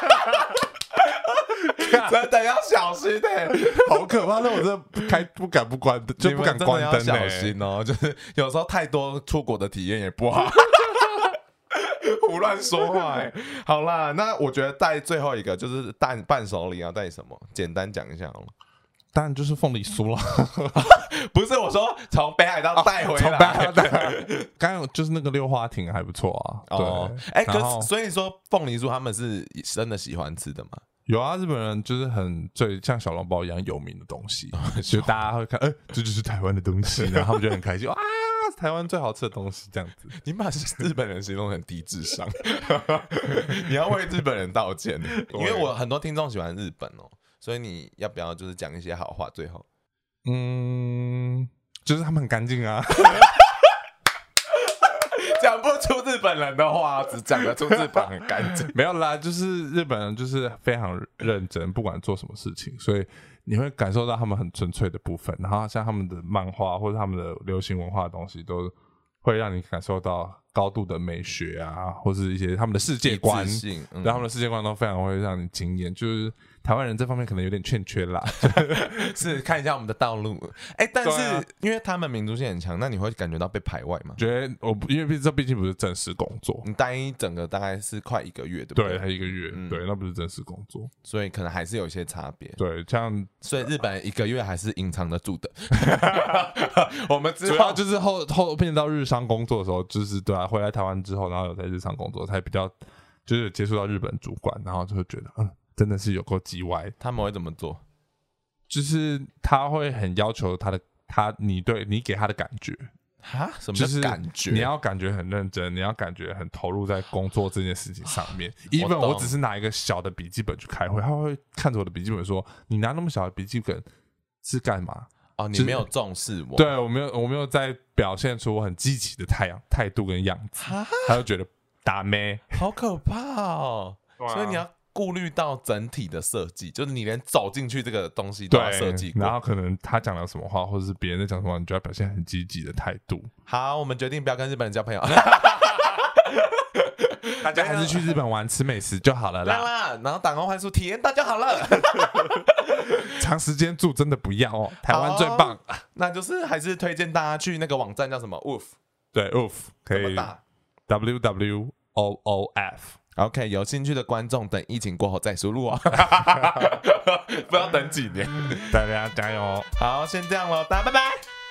[SPEAKER 2] 怪，。 *laughs* 真的要小心哎、
[SPEAKER 1] 好可怕！那我真的不开不敢不关，
[SPEAKER 2] *laughs*
[SPEAKER 1] 就不敢关灯
[SPEAKER 2] 你们真的要
[SPEAKER 1] 欸
[SPEAKER 2] 小心哦。 *laughs* 就是有时候太多出国的体验也不 *laughs* 好。胡乱说话、欸，好啦，那我觉得带最后一个就是带伴手礼要啊带什么，简单讲一下好了。
[SPEAKER 1] 当然就是凤梨酥了。
[SPEAKER 2] 不是我说哦从北海道带回来，
[SPEAKER 1] 从北海道带回来 *laughs* 刚刚有就是那个六花亭还不错啊，
[SPEAKER 2] 哦
[SPEAKER 1] 对，，
[SPEAKER 2] 哎、
[SPEAKER 1] 然
[SPEAKER 2] 可
[SPEAKER 1] 后
[SPEAKER 2] 是所以说凤梨酥他们是真的喜欢吃的嘛？
[SPEAKER 1] 有啊，日本人就是很最像小笼包一样有名的东西， *laughs* 就大家会看，哎、这就是台湾的东西，然后他们就很开心，哇，台湾最好吃的东西这样子。
[SPEAKER 2] 你把日本人形容很低智 *laughs* 商，你要为日本人道歉，因为我很多听众喜欢日本哦，所以你要不要就是讲一些好话？最后，
[SPEAKER 1] 嗯，就是他们很干净啊， *laughs*
[SPEAKER 2] 讲不出日本人的话，只讲得出日本很干
[SPEAKER 1] *laughs*
[SPEAKER 2] 净。
[SPEAKER 1] 没有啦，就是日本人就是非常认真，不管做什么事情，所以你会感受到他们很纯粹的部分。然后像他们的漫画或者他们的流行文化的东西，都会让你感受到高度的美学啊，或是一些他们的世界观
[SPEAKER 2] 一致性嗯
[SPEAKER 1] 然
[SPEAKER 2] *laughs*
[SPEAKER 1] 后他们的世界观都非常会让你惊艳。就是台湾人这方面可能有点欠缺啦，
[SPEAKER 2] 是看一下我们的道路，哎、但是、
[SPEAKER 1] 对啊
[SPEAKER 2] 因为他们民族性很强，那你会感觉到被排外吗？
[SPEAKER 1] 觉得我不因为毕这毕竟不是正式工作，
[SPEAKER 2] 你待一整个大概是快一个月，对不
[SPEAKER 1] 对，
[SPEAKER 2] 对？
[SPEAKER 1] 还一个月，对，那不是正式工作，
[SPEAKER 2] 所以可能还是有一些差别。
[SPEAKER 1] 对，像
[SPEAKER 2] 所以日本一个月还是隐藏得
[SPEAKER 1] *laughs*
[SPEAKER 2] 住的。我们知
[SPEAKER 1] 主
[SPEAKER 2] 道
[SPEAKER 1] 要
[SPEAKER 2] 就
[SPEAKER 1] 就是后后变到日商工作的时候，就是对啊，回来台湾之后，然后有在日商工作，才比较就是有接触到日本主管，然后就会觉得嗯，真的是有够叽歪，
[SPEAKER 2] 他们会怎么做？
[SPEAKER 1] 就是他会很要求他的他你对你给他的感觉，
[SPEAKER 2] 哈？什么
[SPEAKER 1] 就
[SPEAKER 2] 叫
[SPEAKER 1] 是
[SPEAKER 2] 感觉？
[SPEAKER 1] 你要感觉很认真，你要感觉很投入在工作这件事情上面。
[SPEAKER 2] 我
[SPEAKER 1] even
[SPEAKER 2] 懂
[SPEAKER 1] *laughs* 我只是拿一个小的笔记本去开会，他会看着我的笔记本说：“你拿那么小的笔记本是干嘛？”
[SPEAKER 2] 哦，
[SPEAKER 1] 就
[SPEAKER 2] 你
[SPEAKER 1] 是
[SPEAKER 2] 没有重视我。
[SPEAKER 1] 对我没有，我没有在表现出我很积极的太阳态度跟样子，
[SPEAKER 2] 哈，
[SPEAKER 1] 他就觉得打咩，
[SPEAKER 2] 好可怕哦！
[SPEAKER 1] 啊
[SPEAKER 2] 所以你要顾虑到整体的设计，就是你连走进去这个东西都要
[SPEAKER 1] 对啊
[SPEAKER 2] 设计
[SPEAKER 1] 然后
[SPEAKER 2] 过。
[SPEAKER 1] 可能他讲了什么话，或者是别人在讲什么，你就要表现很积极的态度。
[SPEAKER 2] 好，我们决定不要跟日本人交朋友。
[SPEAKER 1] 大家还是去日本玩吃美食就好了
[SPEAKER 2] 啦
[SPEAKER 1] 啦，
[SPEAKER 2] 啦，然后打工换宿体验到就好了。 *laughs*
[SPEAKER 1] 长时间住真的不要哦，台湾最棒。
[SPEAKER 2] 好，那就是还是推荐大家去那个网站叫什么 Woof，
[SPEAKER 1] 对，oof 可
[SPEAKER 2] 怎么
[SPEAKER 1] 以
[SPEAKER 2] 打
[SPEAKER 1] ，w w o o f。
[SPEAKER 2] OK，有兴趣的观众等疫情过后再输入
[SPEAKER 1] *laughs*
[SPEAKER 2] 哦， *laughs* 不要等几年。
[SPEAKER 1] 大家加油哦！
[SPEAKER 2] 好，先这样喽，大家拜拜。